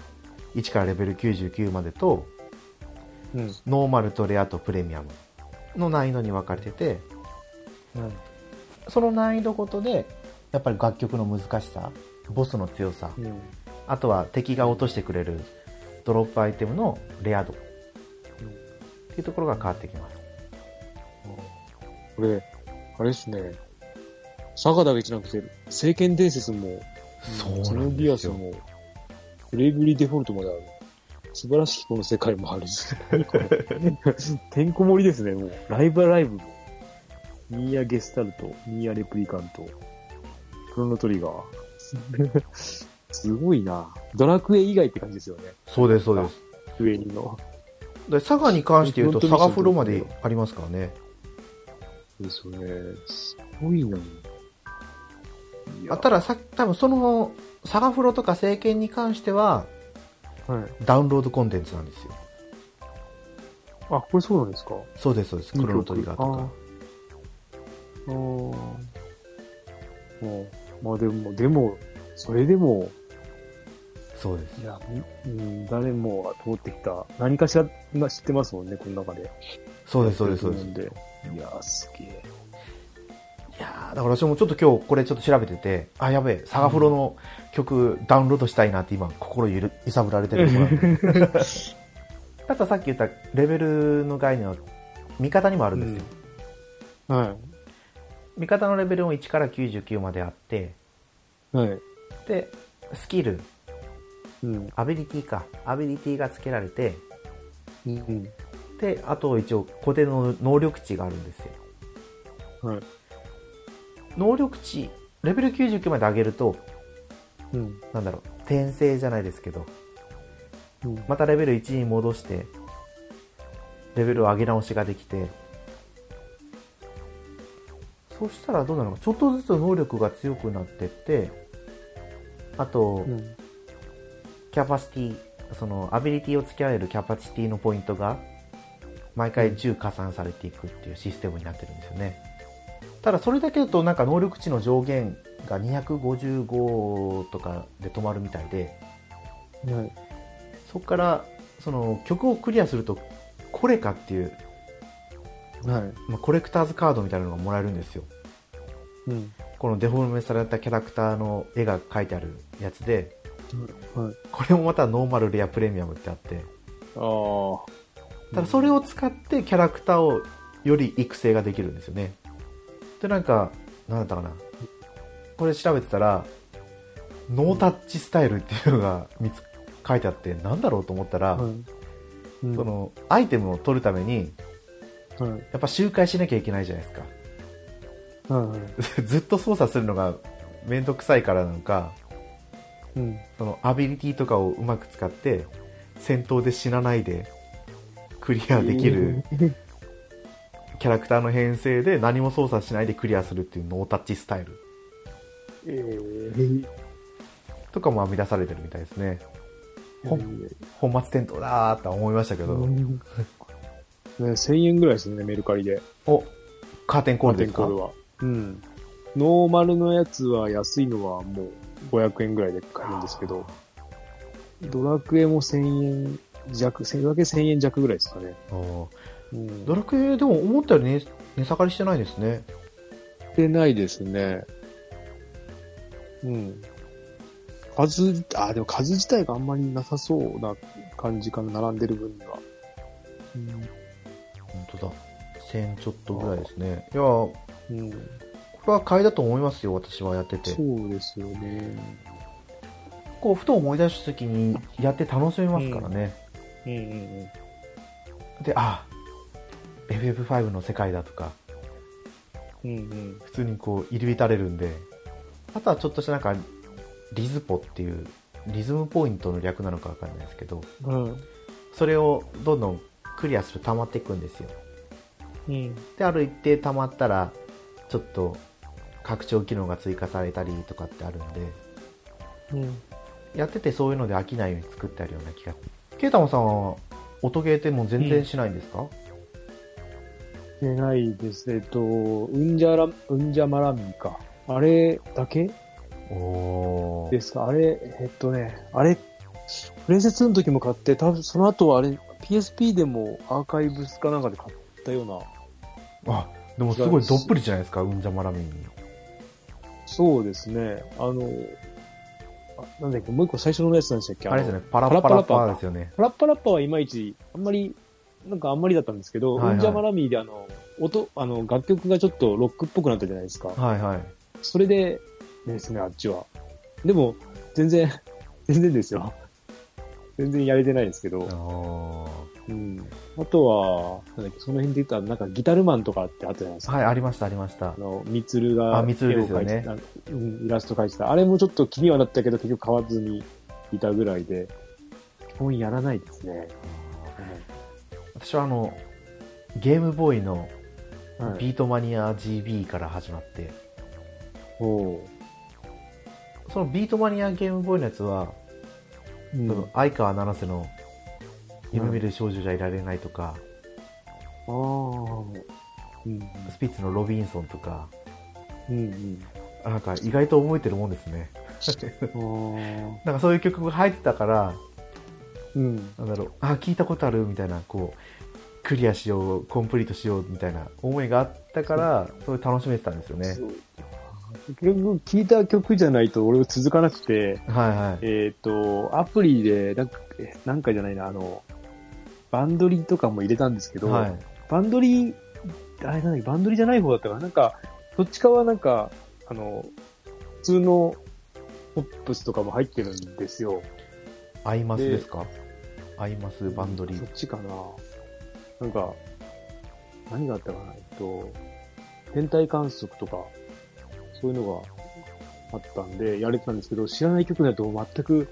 Speaker 1: 1からレベル99までと、
Speaker 2: うん。
Speaker 1: ノーマルとレアとプレミアムの難易度に分かれてて、
Speaker 2: はい。
Speaker 1: その難易度ごとでやっぱり楽曲の難しさボスの強さ
Speaker 2: うん。
Speaker 1: あとは敵が落としてくれるドロップアイテムのレア度っていうところが変わってきます
Speaker 2: これ、あれですね。サガだけじゃなくて、聖剣伝説も、
Speaker 1: そうなん
Speaker 2: ディ
Speaker 1: で
Speaker 2: ア
Speaker 1: す
Speaker 2: ス
Speaker 1: よ
Speaker 2: も、ブレイブリーデフォルトまである。素晴らしきこの世界もあるし。 てんこ盛りですね、もう。ライブはライブも。ニーヤゲスタルト、ニーヤレプリカント、クロノトリガー。 すごいな。ドラクエ以外って感じですよね。
Speaker 1: そうですそうです
Speaker 2: 上にの。
Speaker 1: で佐賀に関して言うと
Speaker 2: 本
Speaker 1: 佐
Speaker 2: 当に
Speaker 1: 賀風呂までありますからね
Speaker 2: そうですよね。すごいな。いや
Speaker 1: あたださ多分その佐賀風呂とか政権に関しては
Speaker 2: はい。
Speaker 1: ダウンロードコンテンツなんですよ
Speaker 2: あ、これそうなんですか
Speaker 1: そうですそうですクロノトリガーとか
Speaker 2: あーあーもうまあでも、でも、それでも、
Speaker 1: そうです
Speaker 2: いや、うん、誰もが通ってきた、何かしらな知ってますもんね、この中で。
Speaker 1: そうですそうですそうです
Speaker 2: やってると思うんでいやー、すげえ。
Speaker 1: いやーだから私もちょっと今日これちょっと調べてて、あ、やべえ、サガフロの曲ダウンロードしたいなって今心ゆる揺さぶられてるところなんで たださっき言ったレベルの概念は味方にもあるんですよ。
Speaker 2: は
Speaker 1: 味方のレベルも1から99まであって、
Speaker 2: い。はい。
Speaker 1: で、スキル、
Speaker 2: うん。
Speaker 1: アビリティか、アビリティがつけられて、
Speaker 2: うん。
Speaker 1: で、あと一応固定の能力値があるんですよ。
Speaker 2: はい。
Speaker 1: 能力値、レベル99まで上げると、
Speaker 2: うん。
Speaker 1: なんだろう、転生じゃないですけど、
Speaker 2: うん。
Speaker 1: またレベル1に戻して、レベルを上げ直しができて、そしたらどうなのか、ちょっとずつ能力が強くなってって、あと、
Speaker 2: うん。
Speaker 1: キャパシティ、そのアビリティを付けられるキャパシティのポイントが、毎回10加算されていくっていうシステムになってるんですよね。ただそれだけだとなんか能力値の上限が255とかで止まるみたいで、
Speaker 2: はい。
Speaker 1: そこからその曲をクリアするとコレカっていう、
Speaker 2: はい。
Speaker 1: まあ、コレクターズカードみたいなのがもらえるんですよ
Speaker 2: うん。
Speaker 1: このデフォルメされたキャラクターの絵が描いてあるやつで
Speaker 2: はい。
Speaker 1: これもまたノーマルレアプレミアムってあって
Speaker 2: ああ。
Speaker 1: ただそれを使ってキャラクターをより育成ができるんですよねでなんか何だったかなこれ調べてたらノータッチスタイルっていうのが見つ書いてあってなんだろうと思ったら、
Speaker 2: はい。うん
Speaker 1: そ、のアイテムを取るために
Speaker 2: はい。
Speaker 1: やっぱ周回しなきゃいけないじゃないですか
Speaker 2: は い。
Speaker 1: ずっと操作するのがめんどくさいからなのか、
Speaker 2: うん。
Speaker 1: そのアビリティとかをうまく使って、戦闘で死なないでクリアできるキャラクターの編成で何も操作しないでクリアするっていうノータッチスタイル
Speaker 2: ええ
Speaker 1: とかも編み出されてるみたいですね。ほ
Speaker 2: ん
Speaker 1: 本末転倒だーとは思いましたけど、
Speaker 2: ね、1000円ぐらいですね、メルカリで。
Speaker 1: お、カーテンコールです
Speaker 2: カー
Speaker 1: か
Speaker 2: テンは。うん。ノーマルのやつは安いのはもう500円ぐらいで買えるんですけど、ドラクエも1000円弱、ドラクエ1000円弱ぐらいですかね。
Speaker 1: おー
Speaker 2: うん。
Speaker 1: ドラクエでも思ったより値値下がりしてないですね。
Speaker 2: ってないですね。うん。数、あ、でも数自体があんまりなさそうな感じかな、並んでる分には。
Speaker 1: 本当だ。1000ちょっとぐらいですね。いやー
Speaker 2: うん。うん、
Speaker 1: これは買いだと思いますよ、私はやってて。
Speaker 2: そうですよね。
Speaker 1: こう、ふと思い出した時にやって楽しめますからね。
Speaker 2: うんうん
Speaker 1: で、あ、FF5 の世界だとか、
Speaker 2: うん。うんうん。
Speaker 1: 普通にこう、入り浸れるんで、あとはちょっとしたなんか、リズポっていう、リズムポイントの略なのかわかんないですけど、
Speaker 2: うん。
Speaker 1: それをどんどんクリアすると溜まっていくんですよ。
Speaker 2: うん。
Speaker 1: で、ある一定溜まったら、ちょっと、拡張機能が追加されたりとかってあるんで、
Speaker 2: うん。
Speaker 1: やっててそういうので飽きないように作ってあるような気がケイタマさんは音ゲーってもう全然しないんですか、
Speaker 2: 出ないです。えっと、うんじゃら、うんじゃまらみか。あれだけ
Speaker 1: お
Speaker 2: ですかあれ、えっとね、あれ、プレセ2の時も買って、多分その後はあれ、PSP でもアーカイブスかなんかで買ったような。
Speaker 1: あでもすごいどっぷりじゃないですかうんじゃまらみに
Speaker 2: そうですね。あの、あなんだっけ、もう一個最初のやつなんでしたっけ
Speaker 1: あれですよ
Speaker 2: ね。
Speaker 1: ねパラパラパーですよね
Speaker 2: パラッパラッパはいまいち、あんまり、なんかあんまりだったんですけど、
Speaker 1: はいはい
Speaker 2: うんじゃまらみであの、音、あの、楽曲がちょっとロックっぽくなったじゃないですか。
Speaker 1: はいはい
Speaker 2: それで、ですね、あっちは。でも、全然、 全然ですよ。全然やれてないですけど。
Speaker 1: あ
Speaker 2: うん。あとは、なんだっけ、その辺で言ったら、なんかギタルマンとかってあったじゃないです
Speaker 1: ー
Speaker 2: か。
Speaker 1: はいありましたありました
Speaker 2: あの、みつるが、
Speaker 1: あみつるですよね
Speaker 2: 絵を描いてたうん、イラスト描いてた。あれもちょっと気にはなったけど、結局買わずにいたぐらいで、基本やらないですね。
Speaker 1: 私はあのゲームボーイの
Speaker 2: はい。
Speaker 1: ビートマニア GB から始まって、
Speaker 2: おう
Speaker 1: そのビートマニアゲームボーイのやつは、
Speaker 2: うん
Speaker 1: 多分相川七瀬の夢見る少女じゃいられないとか、
Speaker 2: あーうん。
Speaker 1: スピッツのロビンソンとか、
Speaker 2: うん
Speaker 1: なんか意外と覚えてるもんですね。
Speaker 2: うん。あ
Speaker 1: なんかそういう曲が入ってたから、
Speaker 2: ーうん。
Speaker 1: なんだろう、あ、聞いたことあるみたいな、こう、クリアしよう、コンプリートしようみたいな思いがあったから、それ楽しめてたんですよね
Speaker 2: そ。う結局、聴いた曲じゃないと俺続かなくて、
Speaker 1: はいはい。
Speaker 2: えっ、と、アプリで、なんか、えなんかじゃないな、あの、バンドリとかも入れたんですけど、
Speaker 1: はい。
Speaker 2: バンドリあれなんだっけバンドリじゃない方だったかななんか、どっちかはなんか、あの、普通のポップスとかも入ってるんですよ。
Speaker 1: アイマスですかアイマスバンドリ
Speaker 2: そ
Speaker 1: ー
Speaker 2: っ。ちかな。なんか、何があったかな。えっと、天体観測とか、そういうのがあったんで、やれてたんですけど、知らない曲だと全く、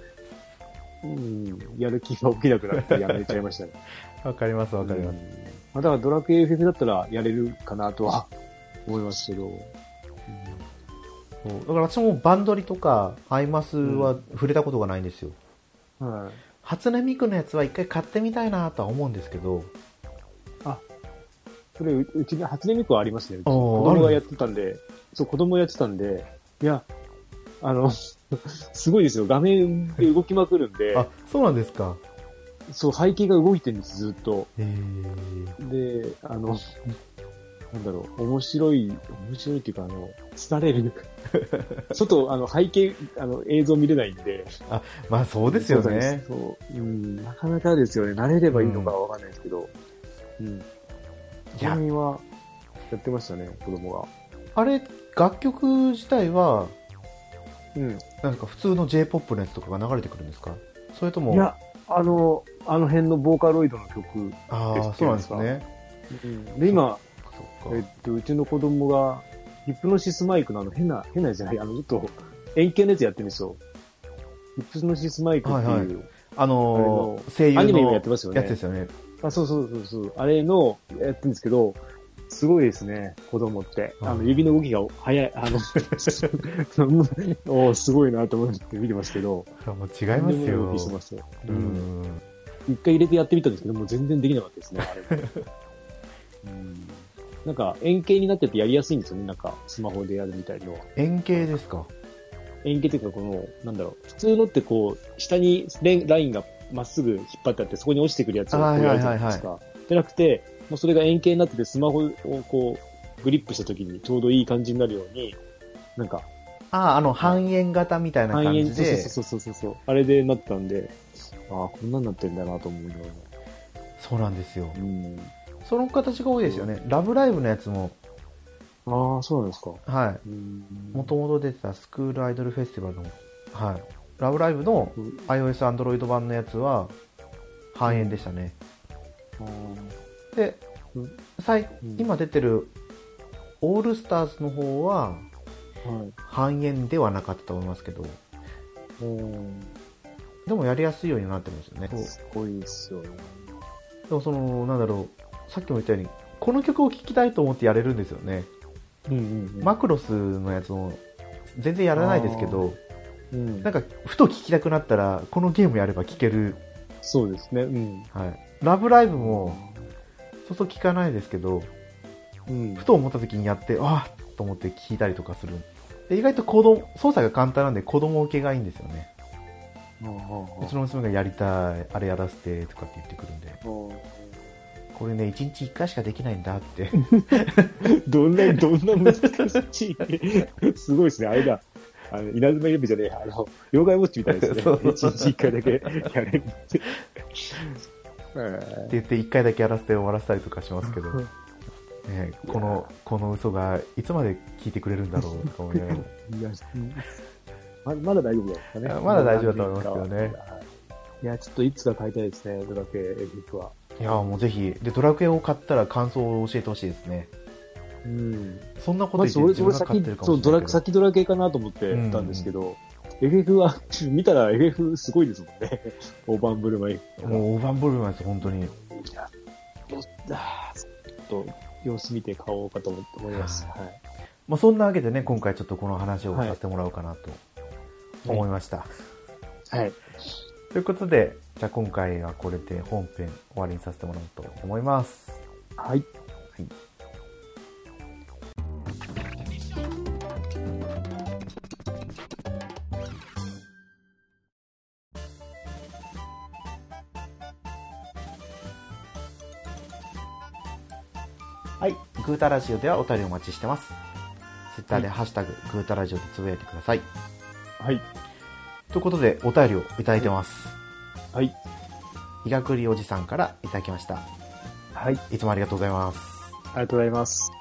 Speaker 2: うん、やる気が起きなくなってやめちゃいましたね。
Speaker 1: わかります、 わかります。
Speaker 2: うんまあ、だからドラクエ FF だったらやれるかなとは思いますけど、
Speaker 1: そうだから私もバンドリとか、アイマスは触れたことがないんですよ。
Speaker 2: はい。
Speaker 1: 初音ミクのやつは一回買ってみたいなとは思うんですけど、
Speaker 2: それ、ううちに初音ミクはありますね。うち
Speaker 1: あー
Speaker 2: 子供がやってたんで、そう、子供やってたんで、いや、あの、 すごいですよ。画面で動きまくるん で、
Speaker 1: あ、そうなんですか。
Speaker 2: そう、背景が動いてるんです、ずっと。
Speaker 1: えー、
Speaker 2: で、あの、なんだろう、面白い、面白いっていうか、あの、伝れ る。外、あの、背景、あの、映像見れないんで。
Speaker 1: まあそうですよ
Speaker 2: そうなん
Speaker 1: ね
Speaker 2: で。す。そう、うん、なかなかですよね。慣れればいいのかはわかんないですけど。うん。
Speaker 1: いや
Speaker 2: 芸人は、やってましたね、子供が。
Speaker 1: あれ、楽曲自体は、
Speaker 2: うん。
Speaker 1: なんか普通の J-POP のやつとかが流れてくるんですかそれとも、
Speaker 2: いや、あの、あの辺のボーカロイドの曲。
Speaker 1: ああ、そうなんですね。
Speaker 2: で、今、
Speaker 1: そ
Speaker 2: え
Speaker 1: っ
Speaker 2: っ
Speaker 1: か。
Speaker 2: と、うちの子供が、ヒプノシスマイクのあの、変な、変なじゃない、あの、ちょっと、円形のやつやってるんですよ。ヒプノシスマイクっていう、
Speaker 1: はいはあのー、声優の
Speaker 2: アニメ今やってますよね
Speaker 1: やつですよね。
Speaker 2: あ、そうそうそうそう、あれの、やってるんですけど、すごいですね、子供って。あの、
Speaker 1: うん
Speaker 2: 指の動きが早い、あの、 おーすごいなと思って見てますけど、
Speaker 1: あもう違います
Speaker 2: とんでもない動
Speaker 1: よ
Speaker 2: き。してますよ。
Speaker 1: う
Speaker 2: うん
Speaker 1: ん。
Speaker 2: 一回入れてやってみたんですけど、もう全然できなかったですね、 あれもうんなんか、円形になっててやりやすいんですよね、なんか、スマホでやるみたいのは。
Speaker 1: 円形ですか。
Speaker 2: 円形というか、この、なんだろう、普通のってこう、下にレンラインがまっすぐ引っ張ってあって、そこに落ちてくるやつをこ
Speaker 1: あー
Speaker 2: うやるじゃないですか。じゃなくて、もうそれが円形になってて、スマホをこう、グリップした時にちょうどいい感じになるように、なんか、
Speaker 1: ああ、あの、半円型みたいな感
Speaker 2: 半円、
Speaker 1: じ
Speaker 2: そう
Speaker 1: で、
Speaker 2: そうそうそうそう、あれでなったんで、ああ、こんなんなってんだなと思うよ
Speaker 1: そうなんですよ
Speaker 2: う。ん。
Speaker 1: その形が多いですよね。ラブライブのやつも、
Speaker 2: ああ、そうなんですか。
Speaker 1: はい。
Speaker 2: うん。
Speaker 1: もともと出てたスクールアイドルフェスティバルの、はい。ラブライブの
Speaker 2: うん
Speaker 1: iOS、Android 版のやつは、半円でしたね。
Speaker 2: あー
Speaker 1: で
Speaker 2: うん、
Speaker 1: 最
Speaker 2: うん
Speaker 1: 今出てる、オールスターズの方は、
Speaker 2: はい。
Speaker 1: 半円ではなかったと思いますけど、
Speaker 2: うん。
Speaker 1: でもやりやすいようになってますよね。
Speaker 2: すごいですよね。
Speaker 1: でもその、なんだろう、さっきも言ったように、この曲を聴きたいと思ってやれるんですよね。
Speaker 2: うんうん、うん。
Speaker 1: マクロスのやつも、全然やらないですけど、
Speaker 2: うん、
Speaker 1: なんか、ふと聴きたくなったら、このゲームやれば聴ける。
Speaker 2: そうですね。うん。
Speaker 1: はい。ラブライブも、そうそう聴かないですけど、
Speaker 2: うん
Speaker 1: ふ。と思った時にやって、ああと思って聴いたりとかする。で意外と子供、操作が簡単なんで子供受けがいいんですよね。うちの娘がやりたい、あれやらせてとかって言ってくるんで、これね、1日1回しかできないんだ って。
Speaker 2: どんな、どんな難しい。すごい ですね。あれだ。あの、稲妻指じゃねえ、あの、妖怪ウォッチみたいですね。
Speaker 1: そう
Speaker 2: 一日一回だけやれる っ
Speaker 1: っ
Speaker 2: て。
Speaker 1: て言って1回だけやらせて終わらせたりとかしますけど、ねえ、このこの嘘がいつまで聞いてくれるんだろうとか思いながら
Speaker 2: いや ままだ大丈夫ですかね。
Speaker 1: あまだ大丈夫だと思いますけどね
Speaker 2: はい。いや、ちょっといつか買いたいですね、ドラクエエフィクは。
Speaker 1: いやもうぜひでドラクエを買ったら感想を教えてほしいですね
Speaker 2: うん。
Speaker 1: そんなこと言っ
Speaker 2: ま
Speaker 1: て
Speaker 2: ず俺、
Speaker 1: 自分
Speaker 2: 俺
Speaker 1: が買って
Speaker 2: 先
Speaker 1: る、か
Speaker 2: そ
Speaker 1: も
Speaker 2: う、
Speaker 1: しれ
Speaker 2: ド
Speaker 1: ない
Speaker 2: ラ
Speaker 1: け
Speaker 2: ク、
Speaker 1: ど
Speaker 2: 先ドラ系かなと思ってたんですけど、FF は、 見たら FF すごいですもんね。大盤振る舞い。
Speaker 1: もう大盤振る舞いです本当に
Speaker 2: いやどうあーちょっと様子見て買おうかと思って思います。はい。
Speaker 1: まあそんなわけでね今回ちょっとこの話をさせてもらおうかなと思いました、
Speaker 2: はい。
Speaker 1: ということでじゃあ今回はこれで本編終わりにさせてもらおうと思います
Speaker 2: はい。
Speaker 1: はい、グータラジオではお便りお待ちしてます。ツイッターでハッシュタグ、グータラジオでつぶやいてください。
Speaker 2: はい。
Speaker 1: ということで、お便りをいただいてます。
Speaker 2: はい。
Speaker 1: 日がくりおじさんからいただきました。
Speaker 2: はい。
Speaker 1: いつもありがとうございます。
Speaker 2: ありがとうございます。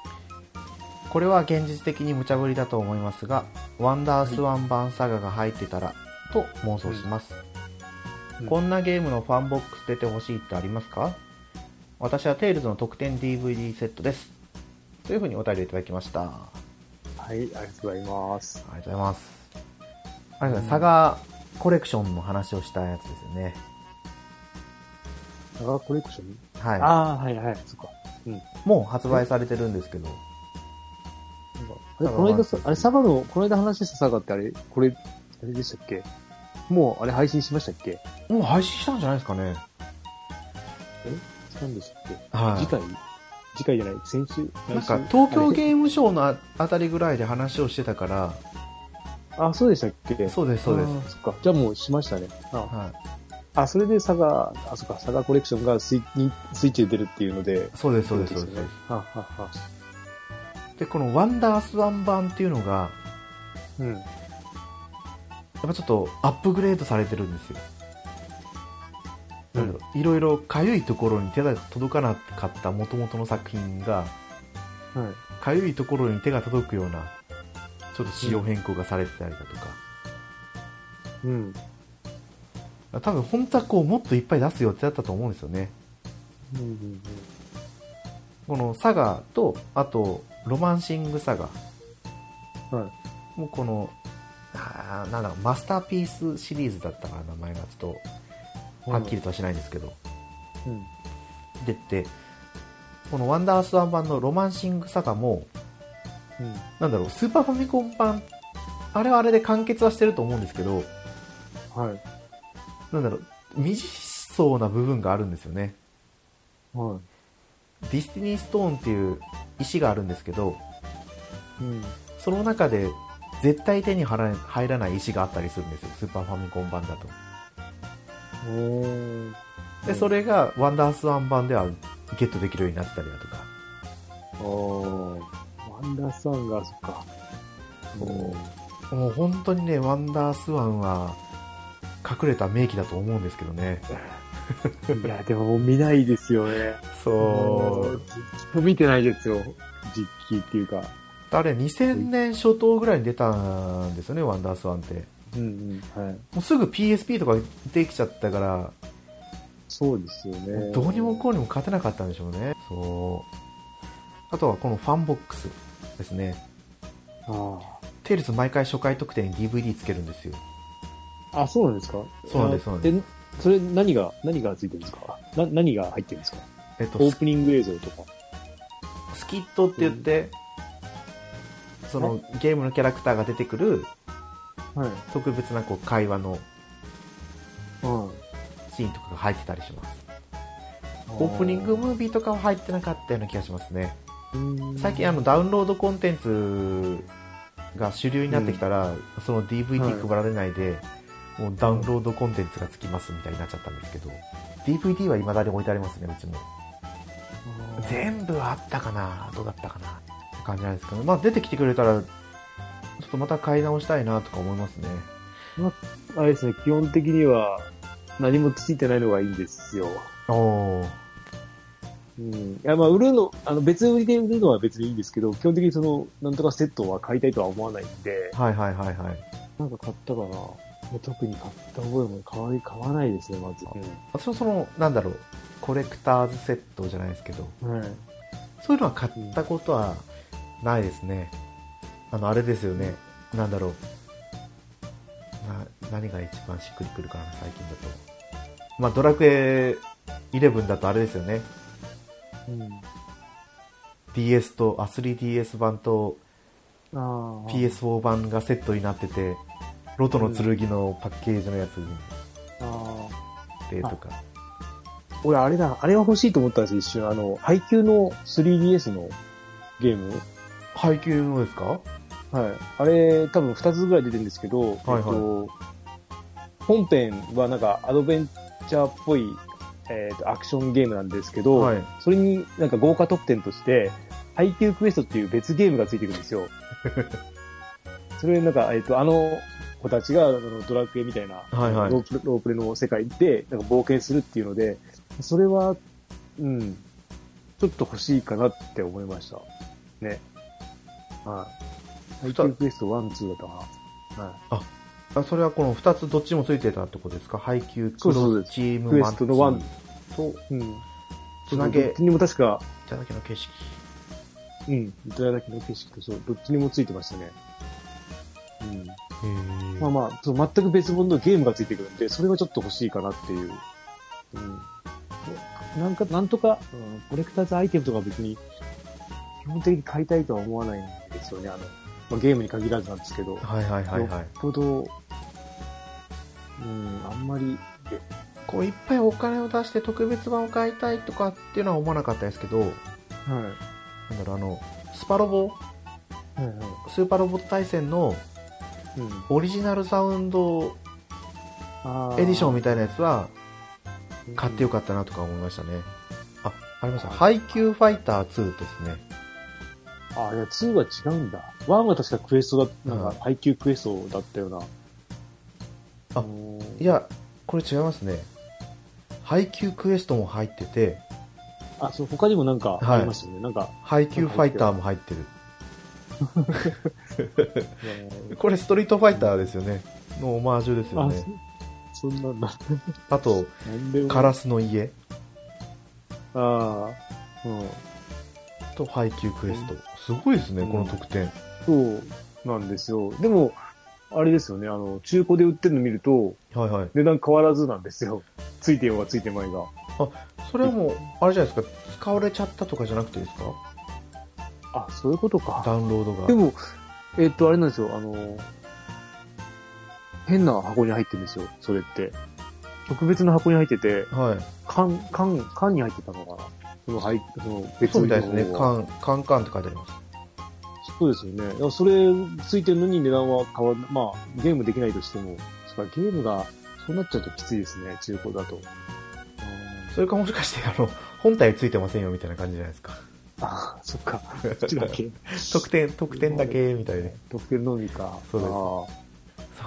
Speaker 1: これは現実的に無茶ぶりだと思いますが、ワンダースワン版サガが入ってたら、と妄想します。
Speaker 2: ううん
Speaker 1: こんなゲームのファンボックス出てほしいってありますか私はテイルズの特典 DVD セットです。というふうにお便りいただきました。あ
Speaker 2: はい、ありがとうございます。
Speaker 1: りがとうございます。あれですね、
Speaker 2: うん
Speaker 1: サガコレクションの話をしたやつですよね。
Speaker 2: サガコレクション
Speaker 1: は
Speaker 2: ああ、はいはい、そっか。
Speaker 1: い。もう発売されてるんですけど、
Speaker 2: なんかあ
Speaker 1: サガ
Speaker 2: れ、この間
Speaker 1: そう
Speaker 2: さ
Speaker 1: で、す
Speaker 2: あれ、サガの、この間話したサガってあれ、これ、あれでしたっけもう、あれ配信しましたっけ
Speaker 1: もう配信したんじゃないですかね。
Speaker 2: 何でしたっけ、
Speaker 1: はい。
Speaker 2: 次回次回じゃない、先週
Speaker 1: なんか東京
Speaker 2: ー
Speaker 1: ゲームショウのああたりぐらいで話をしてたから、
Speaker 2: ムあ、そうでしたっけ
Speaker 1: そうです、そうです。
Speaker 2: あーそっか。じゃあもうしましたね。あ、
Speaker 1: はい。
Speaker 2: あそれでサガ、あ、そっか、サガコレクションがスイにスイッチで出るっていうので、
Speaker 1: そうです、そうです、そう
Speaker 2: って
Speaker 1: です
Speaker 2: ことよね。。はあはあはあ
Speaker 1: で、このワンダースワン版っていうのが、
Speaker 2: うん。
Speaker 1: やっぱちょっとアップグレードされてるんですよ。なんだろういろいろかゆいところに手が届かなかった元々の作品が、
Speaker 2: はい。
Speaker 1: かゆいところに手が届くような、ちょっと仕様変更がされてたりだとか、
Speaker 2: うん。
Speaker 1: 多分本当はこうもっといっぱい出す予定だったと思うんですよね。
Speaker 2: うんうん
Speaker 1: このサガと、あと、ロマンシングサガ。
Speaker 2: は
Speaker 1: もうこの、あーなんだろうマスターピースシリーズだったから名前がちょっと、
Speaker 2: うん
Speaker 1: はっきりとはしないんですけど、
Speaker 2: うん。うん。
Speaker 1: 出て、このワンダースワン版のロマンシングサガも、
Speaker 2: うん。
Speaker 1: なんだろう、スーパーファミコン版、あれはあれで完結はしてると思うんですけど、
Speaker 2: はい。
Speaker 1: なんだろう、未知そうな部分があるんですよね。
Speaker 2: は
Speaker 1: ディスティニーストーンっていう石があるんですけど、
Speaker 2: い。うん。
Speaker 1: その中で絶対手に入らない入らない石があったりするんですよ、スーパーファミコン版だと。
Speaker 2: おー。
Speaker 1: で、それがワンダースワン版ではゲットできるようになってたりだとか。
Speaker 2: おー。ワンダーさんが、そっか。
Speaker 1: もうもう本当にね、ワンダースワンは隠れた名機だと思うんですけどね。
Speaker 2: いや、でも見ないですよね。
Speaker 1: そう。
Speaker 2: ずっと見てないですよ。実機っていうか。
Speaker 1: あれ、2000年初頭ぐらいに出たんですよね、ワンダースワンって。
Speaker 2: うんうん。はい。
Speaker 1: もうすぐ PSP とかできちゃったから、
Speaker 2: そうですよね。
Speaker 1: どうにもこうにも勝てなかったんでしょうね。そう。あとはこのファンボックスですね。
Speaker 2: あ
Speaker 1: テイルズ毎回初回特典に DVD つけるんですよ。
Speaker 2: あ。あ、そうなんですか
Speaker 1: そうなんです
Speaker 2: あ
Speaker 1: そうなんで
Speaker 2: えそれ何が、何がついてるんですかな何が入ってるんですか
Speaker 1: えっと、
Speaker 2: オー
Speaker 1: ス
Speaker 2: プニング映像とか。
Speaker 1: スキットって言って、そのゲームのキャラクターが出てくる
Speaker 2: はい。
Speaker 1: 特別なこう会話の
Speaker 2: うん。
Speaker 1: シーンとかが入ってたりします。オープニングムービーとかは入ってなかったような気がしますね。
Speaker 2: うん
Speaker 1: 最近あのダウンロードコンテンツが主流になってきたら、その DVD 配られないで、もうダウンロードコンテンツがつきますみたいになっちゃったんですけど、DVD は未だに置いてありますね、うちも。全部あったかなどうだったかなって感じなんですけど、まあ出てきてくれたら、ちょっとまた買い直したいなとか思いますね。
Speaker 2: あれですね、基本的には何もついてないのがいいんですよ。
Speaker 1: おー。
Speaker 2: うん。いや、まあ、売るの、あの、別売りで売るのは別にいいんですけど、基本的にその、なんとかセットは買いたいとは思わないんで、
Speaker 1: はいはいはいはい。
Speaker 2: なんか買ったかな。もう特に買った覚えも買わ買わないですね、まず。
Speaker 1: 私もその、なんだろう、コレクターズセットじゃないですけど、
Speaker 2: うん。はい。
Speaker 1: そういうのは買ったことはないですね。あの、あれですよね。なんだろう。な、何が一番しっくりくるかな、最近だと。まあ、ドラクエ11だとあれですよね。
Speaker 2: うん。
Speaker 1: DS と、あ、3DS 版と
Speaker 2: ああ。
Speaker 1: PS4 版がセットになってて、ロトの剣のパッケージのやつ
Speaker 2: あ
Speaker 1: でとか。
Speaker 2: あ。俺、あれだ、あれは欲しいと思ったんですよ、一瞬。あの、配給の 3DS のゲーム。
Speaker 1: 配給のですか
Speaker 2: はい。あれ、多分2つぐらい出てるんですけど、
Speaker 1: はいはい
Speaker 2: えっと、本編はなんかアドベンチャーっぽい、えっとアクションゲームなんですけど、
Speaker 1: はい。
Speaker 2: それになんか豪華特典として、配給クエストっていう別ゲームがついてくるんで すよ。それなんか、えっ、と、あの子たちがあのドラクエみたいな、
Speaker 1: はいはい
Speaker 2: ロープレロープレの世界でなんか冒険するっていうので、それは、うん、ちょっと欲しいかなって思いました。ね。はい。配給クエスト1、2だったかな。はい。
Speaker 1: あそれはこの2つどっちもついてたってことですか配給ク
Speaker 2: そうそう
Speaker 1: ロスチーム
Speaker 2: クエ
Speaker 1: マン
Speaker 2: ストのワン
Speaker 1: と
Speaker 2: うん。
Speaker 1: つな
Speaker 2: どっ
Speaker 1: げ
Speaker 2: ちにも確か、
Speaker 1: いただけの景色
Speaker 2: うん。いただきの景色と、そう、どっちにもついてましたね。うん。まあまあ、そう全く別物のゲームがついてくるんで、それがちょっと欲しいかなっていう。うん。なんか、なんとか、うん、コレクターズアイテムとかは別に、基本的に買いたいとは思わないんですよね。あの、まあ、ゲームに限らずなんですけど、
Speaker 1: はいはいはいはい
Speaker 2: よっぽど、うん、あんまり、
Speaker 1: こういっぱいお金を出して特別版を買いたいとかっていうのは思わなかったですけどなん
Speaker 2: はい。
Speaker 1: だろうあのスパロボ
Speaker 2: はいは
Speaker 1: スーパーロボット対戦の
Speaker 2: い。うん。
Speaker 1: オリジナルサウンド
Speaker 2: あー
Speaker 1: エディションみたいなやつは買ってよ
Speaker 2: っ
Speaker 1: かったなとか思いましたねあありました
Speaker 2: はい
Speaker 1: 配給ファイター2ですね
Speaker 2: た。あー、いや、2は違うんだ。1は確かクエストだ、なん
Speaker 1: うん
Speaker 2: か、配給クエストだったような。
Speaker 1: あ
Speaker 2: のー
Speaker 1: いやこれ違いますね配給クエストも入ってて
Speaker 2: あ、そう、他にもなんか
Speaker 1: はい
Speaker 2: ありますよね。なんか、
Speaker 1: 配給ファイターも入ってる
Speaker 2: あの
Speaker 1: これストリートファイターですよねのオマージュですよ
Speaker 2: あ、
Speaker 1: ね
Speaker 2: そそんなんだ。
Speaker 1: あと
Speaker 2: なんでも。
Speaker 1: カラスの家
Speaker 2: ああ、うん。
Speaker 1: と配給クエストすごいですね
Speaker 2: うん
Speaker 1: この得点
Speaker 2: そうなんですよ。でも、あれですよね、あの、中古で売ってるの見ると、
Speaker 1: はいはい
Speaker 2: 値段変わらずなんですよ。ついてようがついてまいが。
Speaker 1: それはもうあれじゃないですか使われちゃったとかじゃなくてですか
Speaker 2: あ、そういうことか。
Speaker 1: ダウンロードが
Speaker 2: でも、えっと、あれなんですよ、あの、変な箱に入ってるんですよ、それって。特別な箱に入ってて、
Speaker 1: はい
Speaker 2: 缶、缶、缶に入ってたのかなその、はい、その、別
Speaker 1: そうみたい
Speaker 2: の
Speaker 1: ですね。
Speaker 2: 方
Speaker 1: カ
Speaker 2: は
Speaker 1: ン、カンカンって書いてあります。
Speaker 2: そうですよね。だからそれついてるのに値段は変わらない。まあ、ゲームできないとしても、そうかゲームがそうなっちゃうときついですね、中古だと。
Speaker 1: それかもしかして、 あの、本体ついてませんよみたいな感じじゃないですか。
Speaker 2: ああ、そっか。こっちだ け。
Speaker 1: 得点、得点だけ、みたいな。
Speaker 2: 特典のみか。
Speaker 1: そうです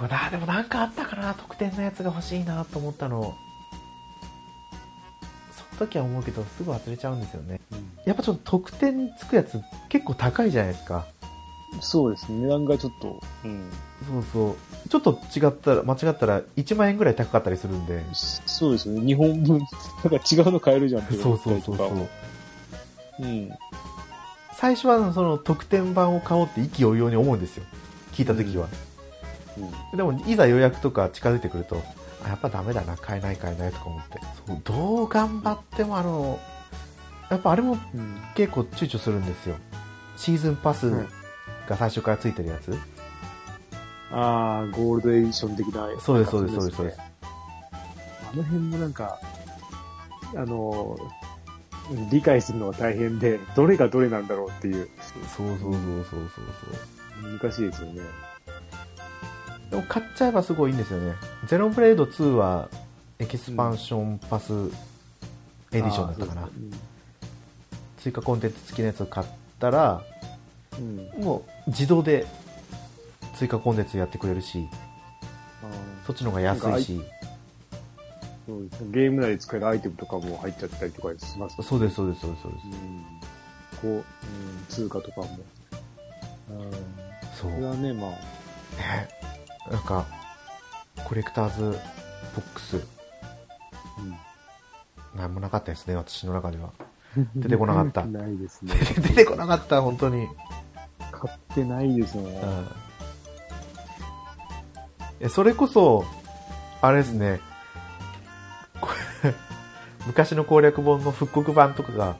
Speaker 2: あ
Speaker 1: そうだ、でもなんかあったかな、得点のやつが欲しいなと思ったの。その時は思うけど、すぐ忘れちゃうんですよね。
Speaker 2: あ
Speaker 1: やっぱちょっと得点つくやつ結構高いじゃないですか。
Speaker 2: うんそうですね。値段がちょっと、うん。
Speaker 1: そうそう。ちょっと違ったら、間違ったら1万円ぐらい高かったりするんで。
Speaker 2: そうですよね。日本分、 なんか違うの買えるじゃんって
Speaker 1: そ
Speaker 2: 思
Speaker 1: う
Speaker 2: った
Speaker 1: そう
Speaker 2: り
Speaker 1: そ
Speaker 2: と
Speaker 1: う
Speaker 2: か。
Speaker 1: そう。
Speaker 2: うん。
Speaker 1: 最初はその得点版を買おうって意気揚々に思うんですよ。聞いた時は。
Speaker 2: うん
Speaker 1: でもいざ予約とか近づいてくるとあやっぱダメだな買えない買えないとか思ってそうどう頑張ってもあのやっぱあれも
Speaker 2: うん。
Speaker 1: 結構躊躇するんですよシーズンパス
Speaker 2: はい
Speaker 1: が最初からついてるやつ、
Speaker 2: ああ、ゴールドエディション的な、
Speaker 1: そうですそうですそうですそうです
Speaker 2: ね。あの辺もなんか、あの、理解するのが大変で、どれがどれなんだろうっていう、
Speaker 1: そうそうそうそうそう
Speaker 2: 難しいですよね。
Speaker 1: そうでも買っちゃえばすごいいいんですよねゼロブレード2はエキスパンションパスエディションだったかな、
Speaker 2: あー。そうですね
Speaker 1: 追加コンテンツ付きのやつを買ったら
Speaker 2: うん。うん
Speaker 1: もう自動で追加コンテンツやってくれるし
Speaker 2: あー
Speaker 1: そっちの方が安いし
Speaker 2: そうですねゲーム内で使えるアイテムとかも入っちゃったりとかします
Speaker 1: そうです、そうです、そうです、そうで
Speaker 2: うん。こう、うん、通貨とかも。うん。
Speaker 1: す。そう
Speaker 2: これ。はね、まあ、
Speaker 1: ね。なんか、コレクターズボックス、
Speaker 2: うん
Speaker 1: なんもなかったですね、私の中では。出てこなかった
Speaker 2: ないですね。
Speaker 1: 出てこなかった、本当に。うん
Speaker 2: 買ってないですもん。あ
Speaker 1: え。それこそ、あれですね、 これ昔の攻略本の復刻版とかが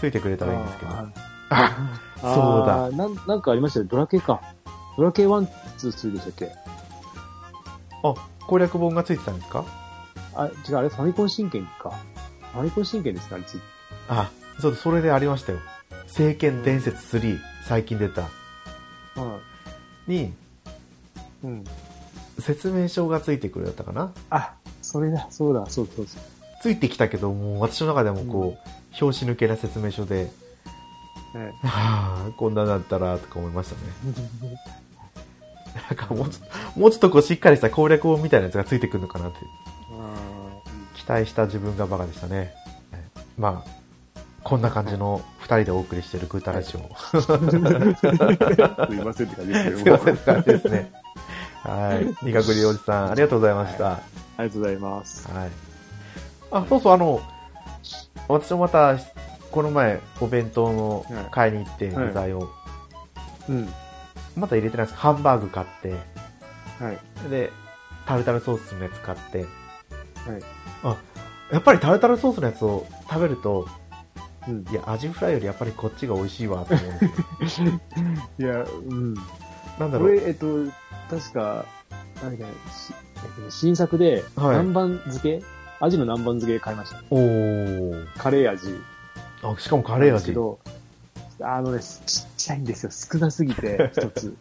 Speaker 1: ついてくれたらいいんですけど。
Speaker 2: ー
Speaker 1: あ そうだ
Speaker 2: あーなん。なんかありましたね。ドラケか。ドラケ1、2、3でしたっけ
Speaker 1: あ、攻略本がついてたんですか
Speaker 2: あ、違う、あれファミコン神剣か。ファミコン神剣ですかあれつい
Speaker 1: あ、そう、それでありましたよ。聖剣伝説3、最近出た。
Speaker 2: あ
Speaker 1: に、
Speaker 2: うん。
Speaker 1: 説明書がついてくるやったかな
Speaker 2: あ、それだ、そうだ、そうそうそう。
Speaker 1: ついてきたけどもう私の中でもこう、表紙抜けな説明書で
Speaker 2: ね、
Speaker 1: はあこんなんだったらとか思いましたねなんかもうちょっともうちょっとこうしっかりした攻略本みたいなやつがついてくるのかなって
Speaker 2: あ
Speaker 1: 期待した自分がバカでしたねはいまあこんな感じの2人でお送りしてるグータラジオ、
Speaker 2: ーすいませんって感じです
Speaker 1: す
Speaker 2: け
Speaker 1: い
Speaker 2: ど
Speaker 1: ま
Speaker 2: も
Speaker 1: せんって感じですねはい。ニカグリおじさん、ありがとうございました。は
Speaker 2: ありがとうございます。
Speaker 1: い。あ、そうそう、あの、私もまた、この前、お弁当の買いに行って、
Speaker 2: はい
Speaker 1: 具材を、
Speaker 2: うん。
Speaker 1: まだ入れてないですハンバーグ買って、
Speaker 2: はい。
Speaker 1: で、タルタルソースのやつ買って、
Speaker 2: はい。
Speaker 1: あ、やっぱりタルタルソースのやつを食べると、
Speaker 2: うん
Speaker 1: いや、アジフライよりやっぱりこっちが美味しいわ、と思うん ですよ。
Speaker 2: いや、うん。
Speaker 1: なんだ
Speaker 2: こ
Speaker 1: ろう。
Speaker 2: れ、えっと、確か、何かね、しえっと新作で、
Speaker 1: はい
Speaker 2: 南蛮漬け、アジの南蛮漬け買いました。
Speaker 1: おー。
Speaker 2: カレー味。
Speaker 1: あ、しかもカレー味。
Speaker 2: ど、あのね、ちちっちゃいんですよ。少なすぎて、一 つ。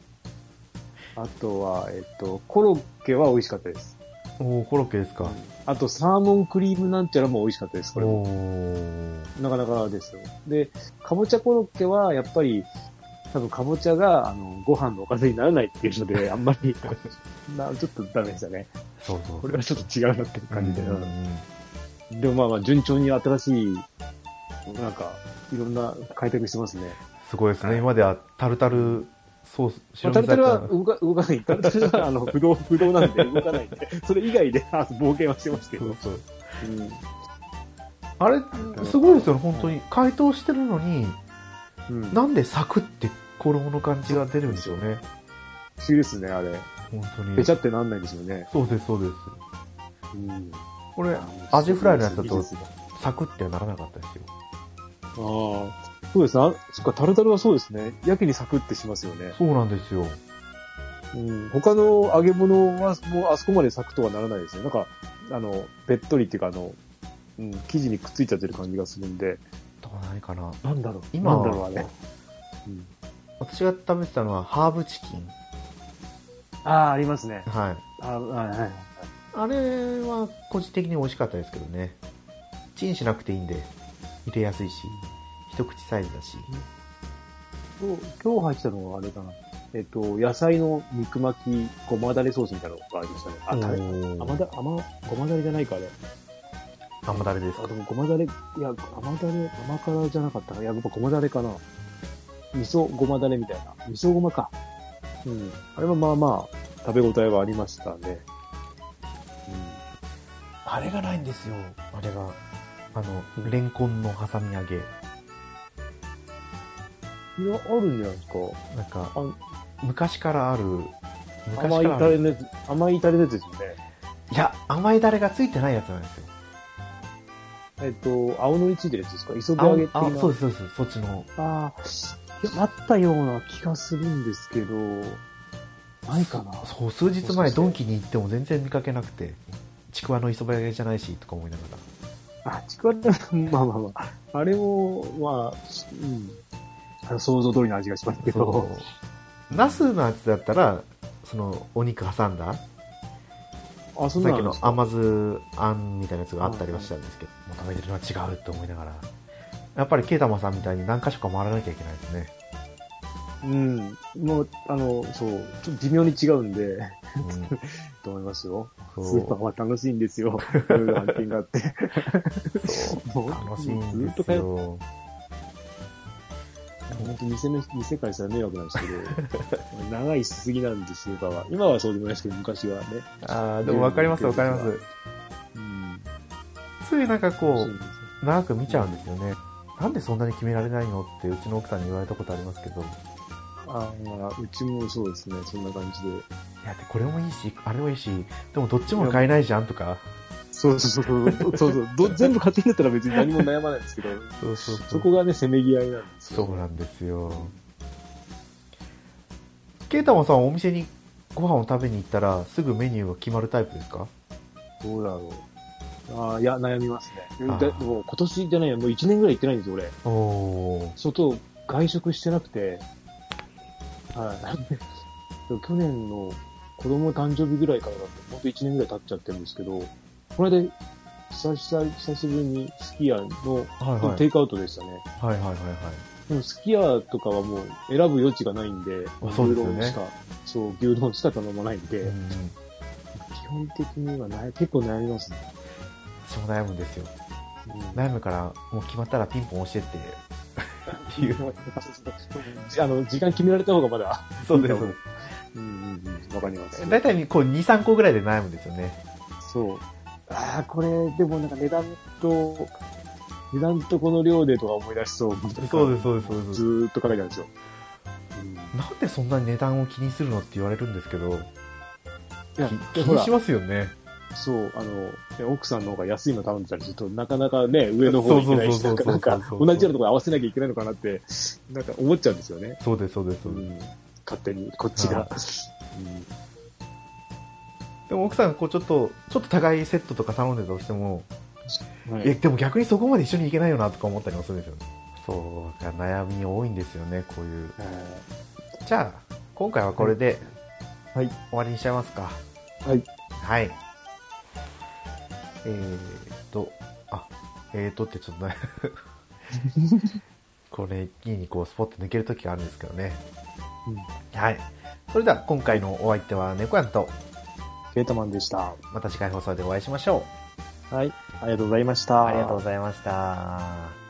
Speaker 2: あとは、えっと、コロッケは美味しかったです。
Speaker 1: おー、コロッケですか。
Speaker 2: あと、サーモンクリームなんちゃらも美味しかったです。これも。
Speaker 1: おー。
Speaker 2: なかなかですよ。で、かぼちゃコロッケは、やっぱり、多分かぼちゃが、あの、ご飯のおかずにならないっていう ので、あんまり、なちょっとダメでしたね。
Speaker 1: そうそう。
Speaker 2: これはちょっと違うなっていう感じで。
Speaker 1: うんうんうん
Speaker 2: でもまあまあ、順調に新しい、なんか、いろんな開拓してますね。
Speaker 1: すごいですね。今まではタルタルソース、
Speaker 2: まあ、
Speaker 1: 白
Speaker 2: タルタルは
Speaker 1: 身魚
Speaker 2: 動か動かない。タルタル は、あの、不動、不動なんで動かないんで、それ以外で、あ冒険はしてましたよ。
Speaker 1: そうそう
Speaker 2: うん。
Speaker 1: あれ、すごいですよね、本当に。解凍してるのに、
Speaker 2: うん。不
Speaker 1: なんでサクって衣の感じが出るんですよね。
Speaker 2: 思議ですね、あれ。
Speaker 1: 本当に
Speaker 2: べち。ゃってなんないですよね。
Speaker 1: そうです、そうです。
Speaker 2: うん。
Speaker 1: これ、アジフライのやつだ
Speaker 2: 技
Speaker 1: と
Speaker 2: 術が
Speaker 1: サクってはならなかったですよ。
Speaker 2: ああ、そうですね。あそっか、タルタルはそうですね。やけにサクってしますよね。
Speaker 1: そうなんですよ。
Speaker 2: うん。他の揚げ物は、もうあそこまでサクとはならないですね。なんか、あの、べっとりっていうか、あの、うん、生地にくっついちゃってる感じがするんで。
Speaker 1: とか何かな。
Speaker 2: なんだろう
Speaker 1: 今
Speaker 2: なん
Speaker 1: は
Speaker 2: だろう、あれ。うん、
Speaker 1: 私が食べてたのはハーブチキン。
Speaker 2: ああ、ありますね。
Speaker 1: はい。
Speaker 2: あはいはい。
Speaker 1: あれは個人的に美味しかったですけどね。チンしなくていいんで、入れやすいし、一口サイズだし。
Speaker 2: 今日今日入ってたのはあれかな。えっと、野菜の肉巻き、ごまだれソースみたいなのがありましたね。あ、たれ
Speaker 1: おー
Speaker 2: 甘だ、甘、ごまだれじゃないか、あれ。
Speaker 1: 甘だれです
Speaker 2: あ、
Speaker 1: か
Speaker 2: でもごまだれ、いや、甘だれ、甘辛じゃなかったか。いや、やっぱごまだれかな。味噌ごまだれみたいな。味噌ごまか。うん。あれはまあまあ、食べ応えはありましたね。
Speaker 1: あれがないんですよ。あれが。あの、レンコンの挟み揚げ。
Speaker 2: うん。いや、あるんじゃないですか。
Speaker 1: なんか
Speaker 2: あ、
Speaker 1: 昔からある、
Speaker 2: 甘
Speaker 1: 昔
Speaker 2: い
Speaker 1: からあ
Speaker 2: タレ
Speaker 1: る。
Speaker 2: のやつ、甘いタレのやつですよね。
Speaker 1: いや、甘いだれがついてないやつなんですよ。
Speaker 2: えっと、青のりついてるやつですか磯辺揚
Speaker 1: 青
Speaker 2: げっていう
Speaker 1: あ、
Speaker 2: の
Speaker 1: そうです、そうです。そっちの。
Speaker 2: ああ、いやあったような気がするんですけど、ないかな。
Speaker 1: そう、数日
Speaker 2: もしか
Speaker 1: 前、
Speaker 2: して
Speaker 1: ドンキに行っても全然見かけなくて、ちくわの磯辺揚げじゃないし、とか思いながら。
Speaker 2: あ、ちくわだ、 まあまあまあ。あれも、まあ、うん。あの想像通りの味がしますけど。
Speaker 1: そう。ナスのやつだったら、その、お肉挟んだ、さ
Speaker 2: あ、そ
Speaker 1: っ
Speaker 2: ん
Speaker 1: き
Speaker 2: なのあるん
Speaker 1: の
Speaker 2: ですか
Speaker 1: 甘酢あんみたいなやつがあったりはしたんですけど、もう食べてるのは違うと思いながら。やっぱりケイタマさんみたいに何箇所か回らなきゃいけないですね。
Speaker 2: うん。もう、あの、そう、ちょっと微妙に違うんで、
Speaker 1: うん
Speaker 2: と思いますよ。ス
Speaker 1: そう
Speaker 2: ーパーは楽しいんで すよ。いろいろ発見があって。 もう
Speaker 1: 楽しいん
Speaker 2: ず
Speaker 1: で
Speaker 2: っと通
Speaker 1: す
Speaker 2: っ
Speaker 1: よ。
Speaker 2: 本当店の、店からしたら迷惑なんですけ ど、長いしすぎなんですよ、今は。今はそうでもないですけど、昔はね。
Speaker 1: ああ、でも分かります分かります。
Speaker 2: うん。
Speaker 1: ついなんかこ
Speaker 2: そうなん
Speaker 1: う、
Speaker 2: ですよ
Speaker 1: 長く見ちゃうんですよね。なんでそんなに決められないのってうちの奥さんに言われたことありますけど、い
Speaker 2: ああ、うちもそうですね、そんな感じで。
Speaker 1: や、でこれもいいし、あれもいいし、でもどっちも買えないじゃんとか、
Speaker 2: そうそうそうそう、そうそうど 全部勝手になったら別に何も悩まないんですけど、
Speaker 1: そうそうそ。
Speaker 2: そうこがね、せめぎ合いなんですよ。
Speaker 1: そうなんですよ。ケイタマさんはお店にご飯を食べに行ったら、すぐメニューが決まるタイプですか
Speaker 2: どうだろう。ああ、いや、悩みますね。
Speaker 1: あー
Speaker 2: だでも今年じゃないや、もう1年ぐらい行ってないんですよ、俺。
Speaker 1: おお。
Speaker 2: 外、外食してなくて、はい。去年の子供誕生日ぐらいからだと、ほんと1年ぐらい経っちゃってるんですけど、これで、久々、久しぶりにスキヤの、
Speaker 1: はいはい。
Speaker 2: テイクアウトでしたね。
Speaker 1: はいはいはいはい。
Speaker 2: でもすき家とかはもう選ぶ余地がないんで、
Speaker 1: あそうですよね
Speaker 2: 牛丼しか、そう、牛丼しか頼まないんで、
Speaker 1: うん。
Speaker 2: 基本的にはない、結構悩みますね。
Speaker 1: 私も悩むんですよ。
Speaker 2: うん
Speaker 1: 悩むから、もう決まったらピンポン押してって。っていう。
Speaker 2: あの、時間決められた方がまだ、
Speaker 1: そう
Speaker 2: ですうんうんうん。わかります。
Speaker 1: 大体こう2、3個ぐらいで悩むんですよね。
Speaker 2: そう。ああ、これ、でもなんか値段と、値段とこの量でとか思い出しそう。
Speaker 1: そうです、そうです、そうです
Speaker 2: ず。ーっとかけてあるんですよ。
Speaker 1: なんでそんなに値段を気にするのって言われるんですけど、
Speaker 2: いや、
Speaker 1: 気
Speaker 2: ほ
Speaker 1: に
Speaker 2: ら
Speaker 1: し、ますよね。
Speaker 2: そう、あの、いや奥さんの方が安いの頼んでたりすると、なかなかね、上の方に行けないし、
Speaker 1: そ
Speaker 2: な
Speaker 1: うんそう
Speaker 2: か
Speaker 1: そうそうそう
Speaker 2: なんか同じようなところ合わせなきゃいけないのかなって、なんか思っちゃうんですよね。
Speaker 1: そうです、そうです。そううです
Speaker 2: ん、勝手に、こっちが。うん
Speaker 1: でも奥さん、こうちょっと、ちょっと高いセットとか頼んでたとしても、
Speaker 2: はい
Speaker 1: え、でも逆にそこまで一緒に行けないよなとか思ったりもするんですよね。そうか、悩み多いんですよね、こういう。
Speaker 2: え
Speaker 1: じゃあ、今回はこれで、
Speaker 2: はい
Speaker 1: 終わりにしちゃいますか。
Speaker 2: ーはい。
Speaker 1: はい。えーっと、あ、えーっとってちょっと な、これ、一気にこう、スポッと抜けるときがあるんですけどね。
Speaker 2: うん
Speaker 1: はい。それでは、今回のお相手は猫やんと、
Speaker 2: ケータマンでした。
Speaker 1: また次回放送でお会いしましょ
Speaker 2: はい。ありがとうございまし
Speaker 1: う。
Speaker 2: た。
Speaker 1: ありがとうございました。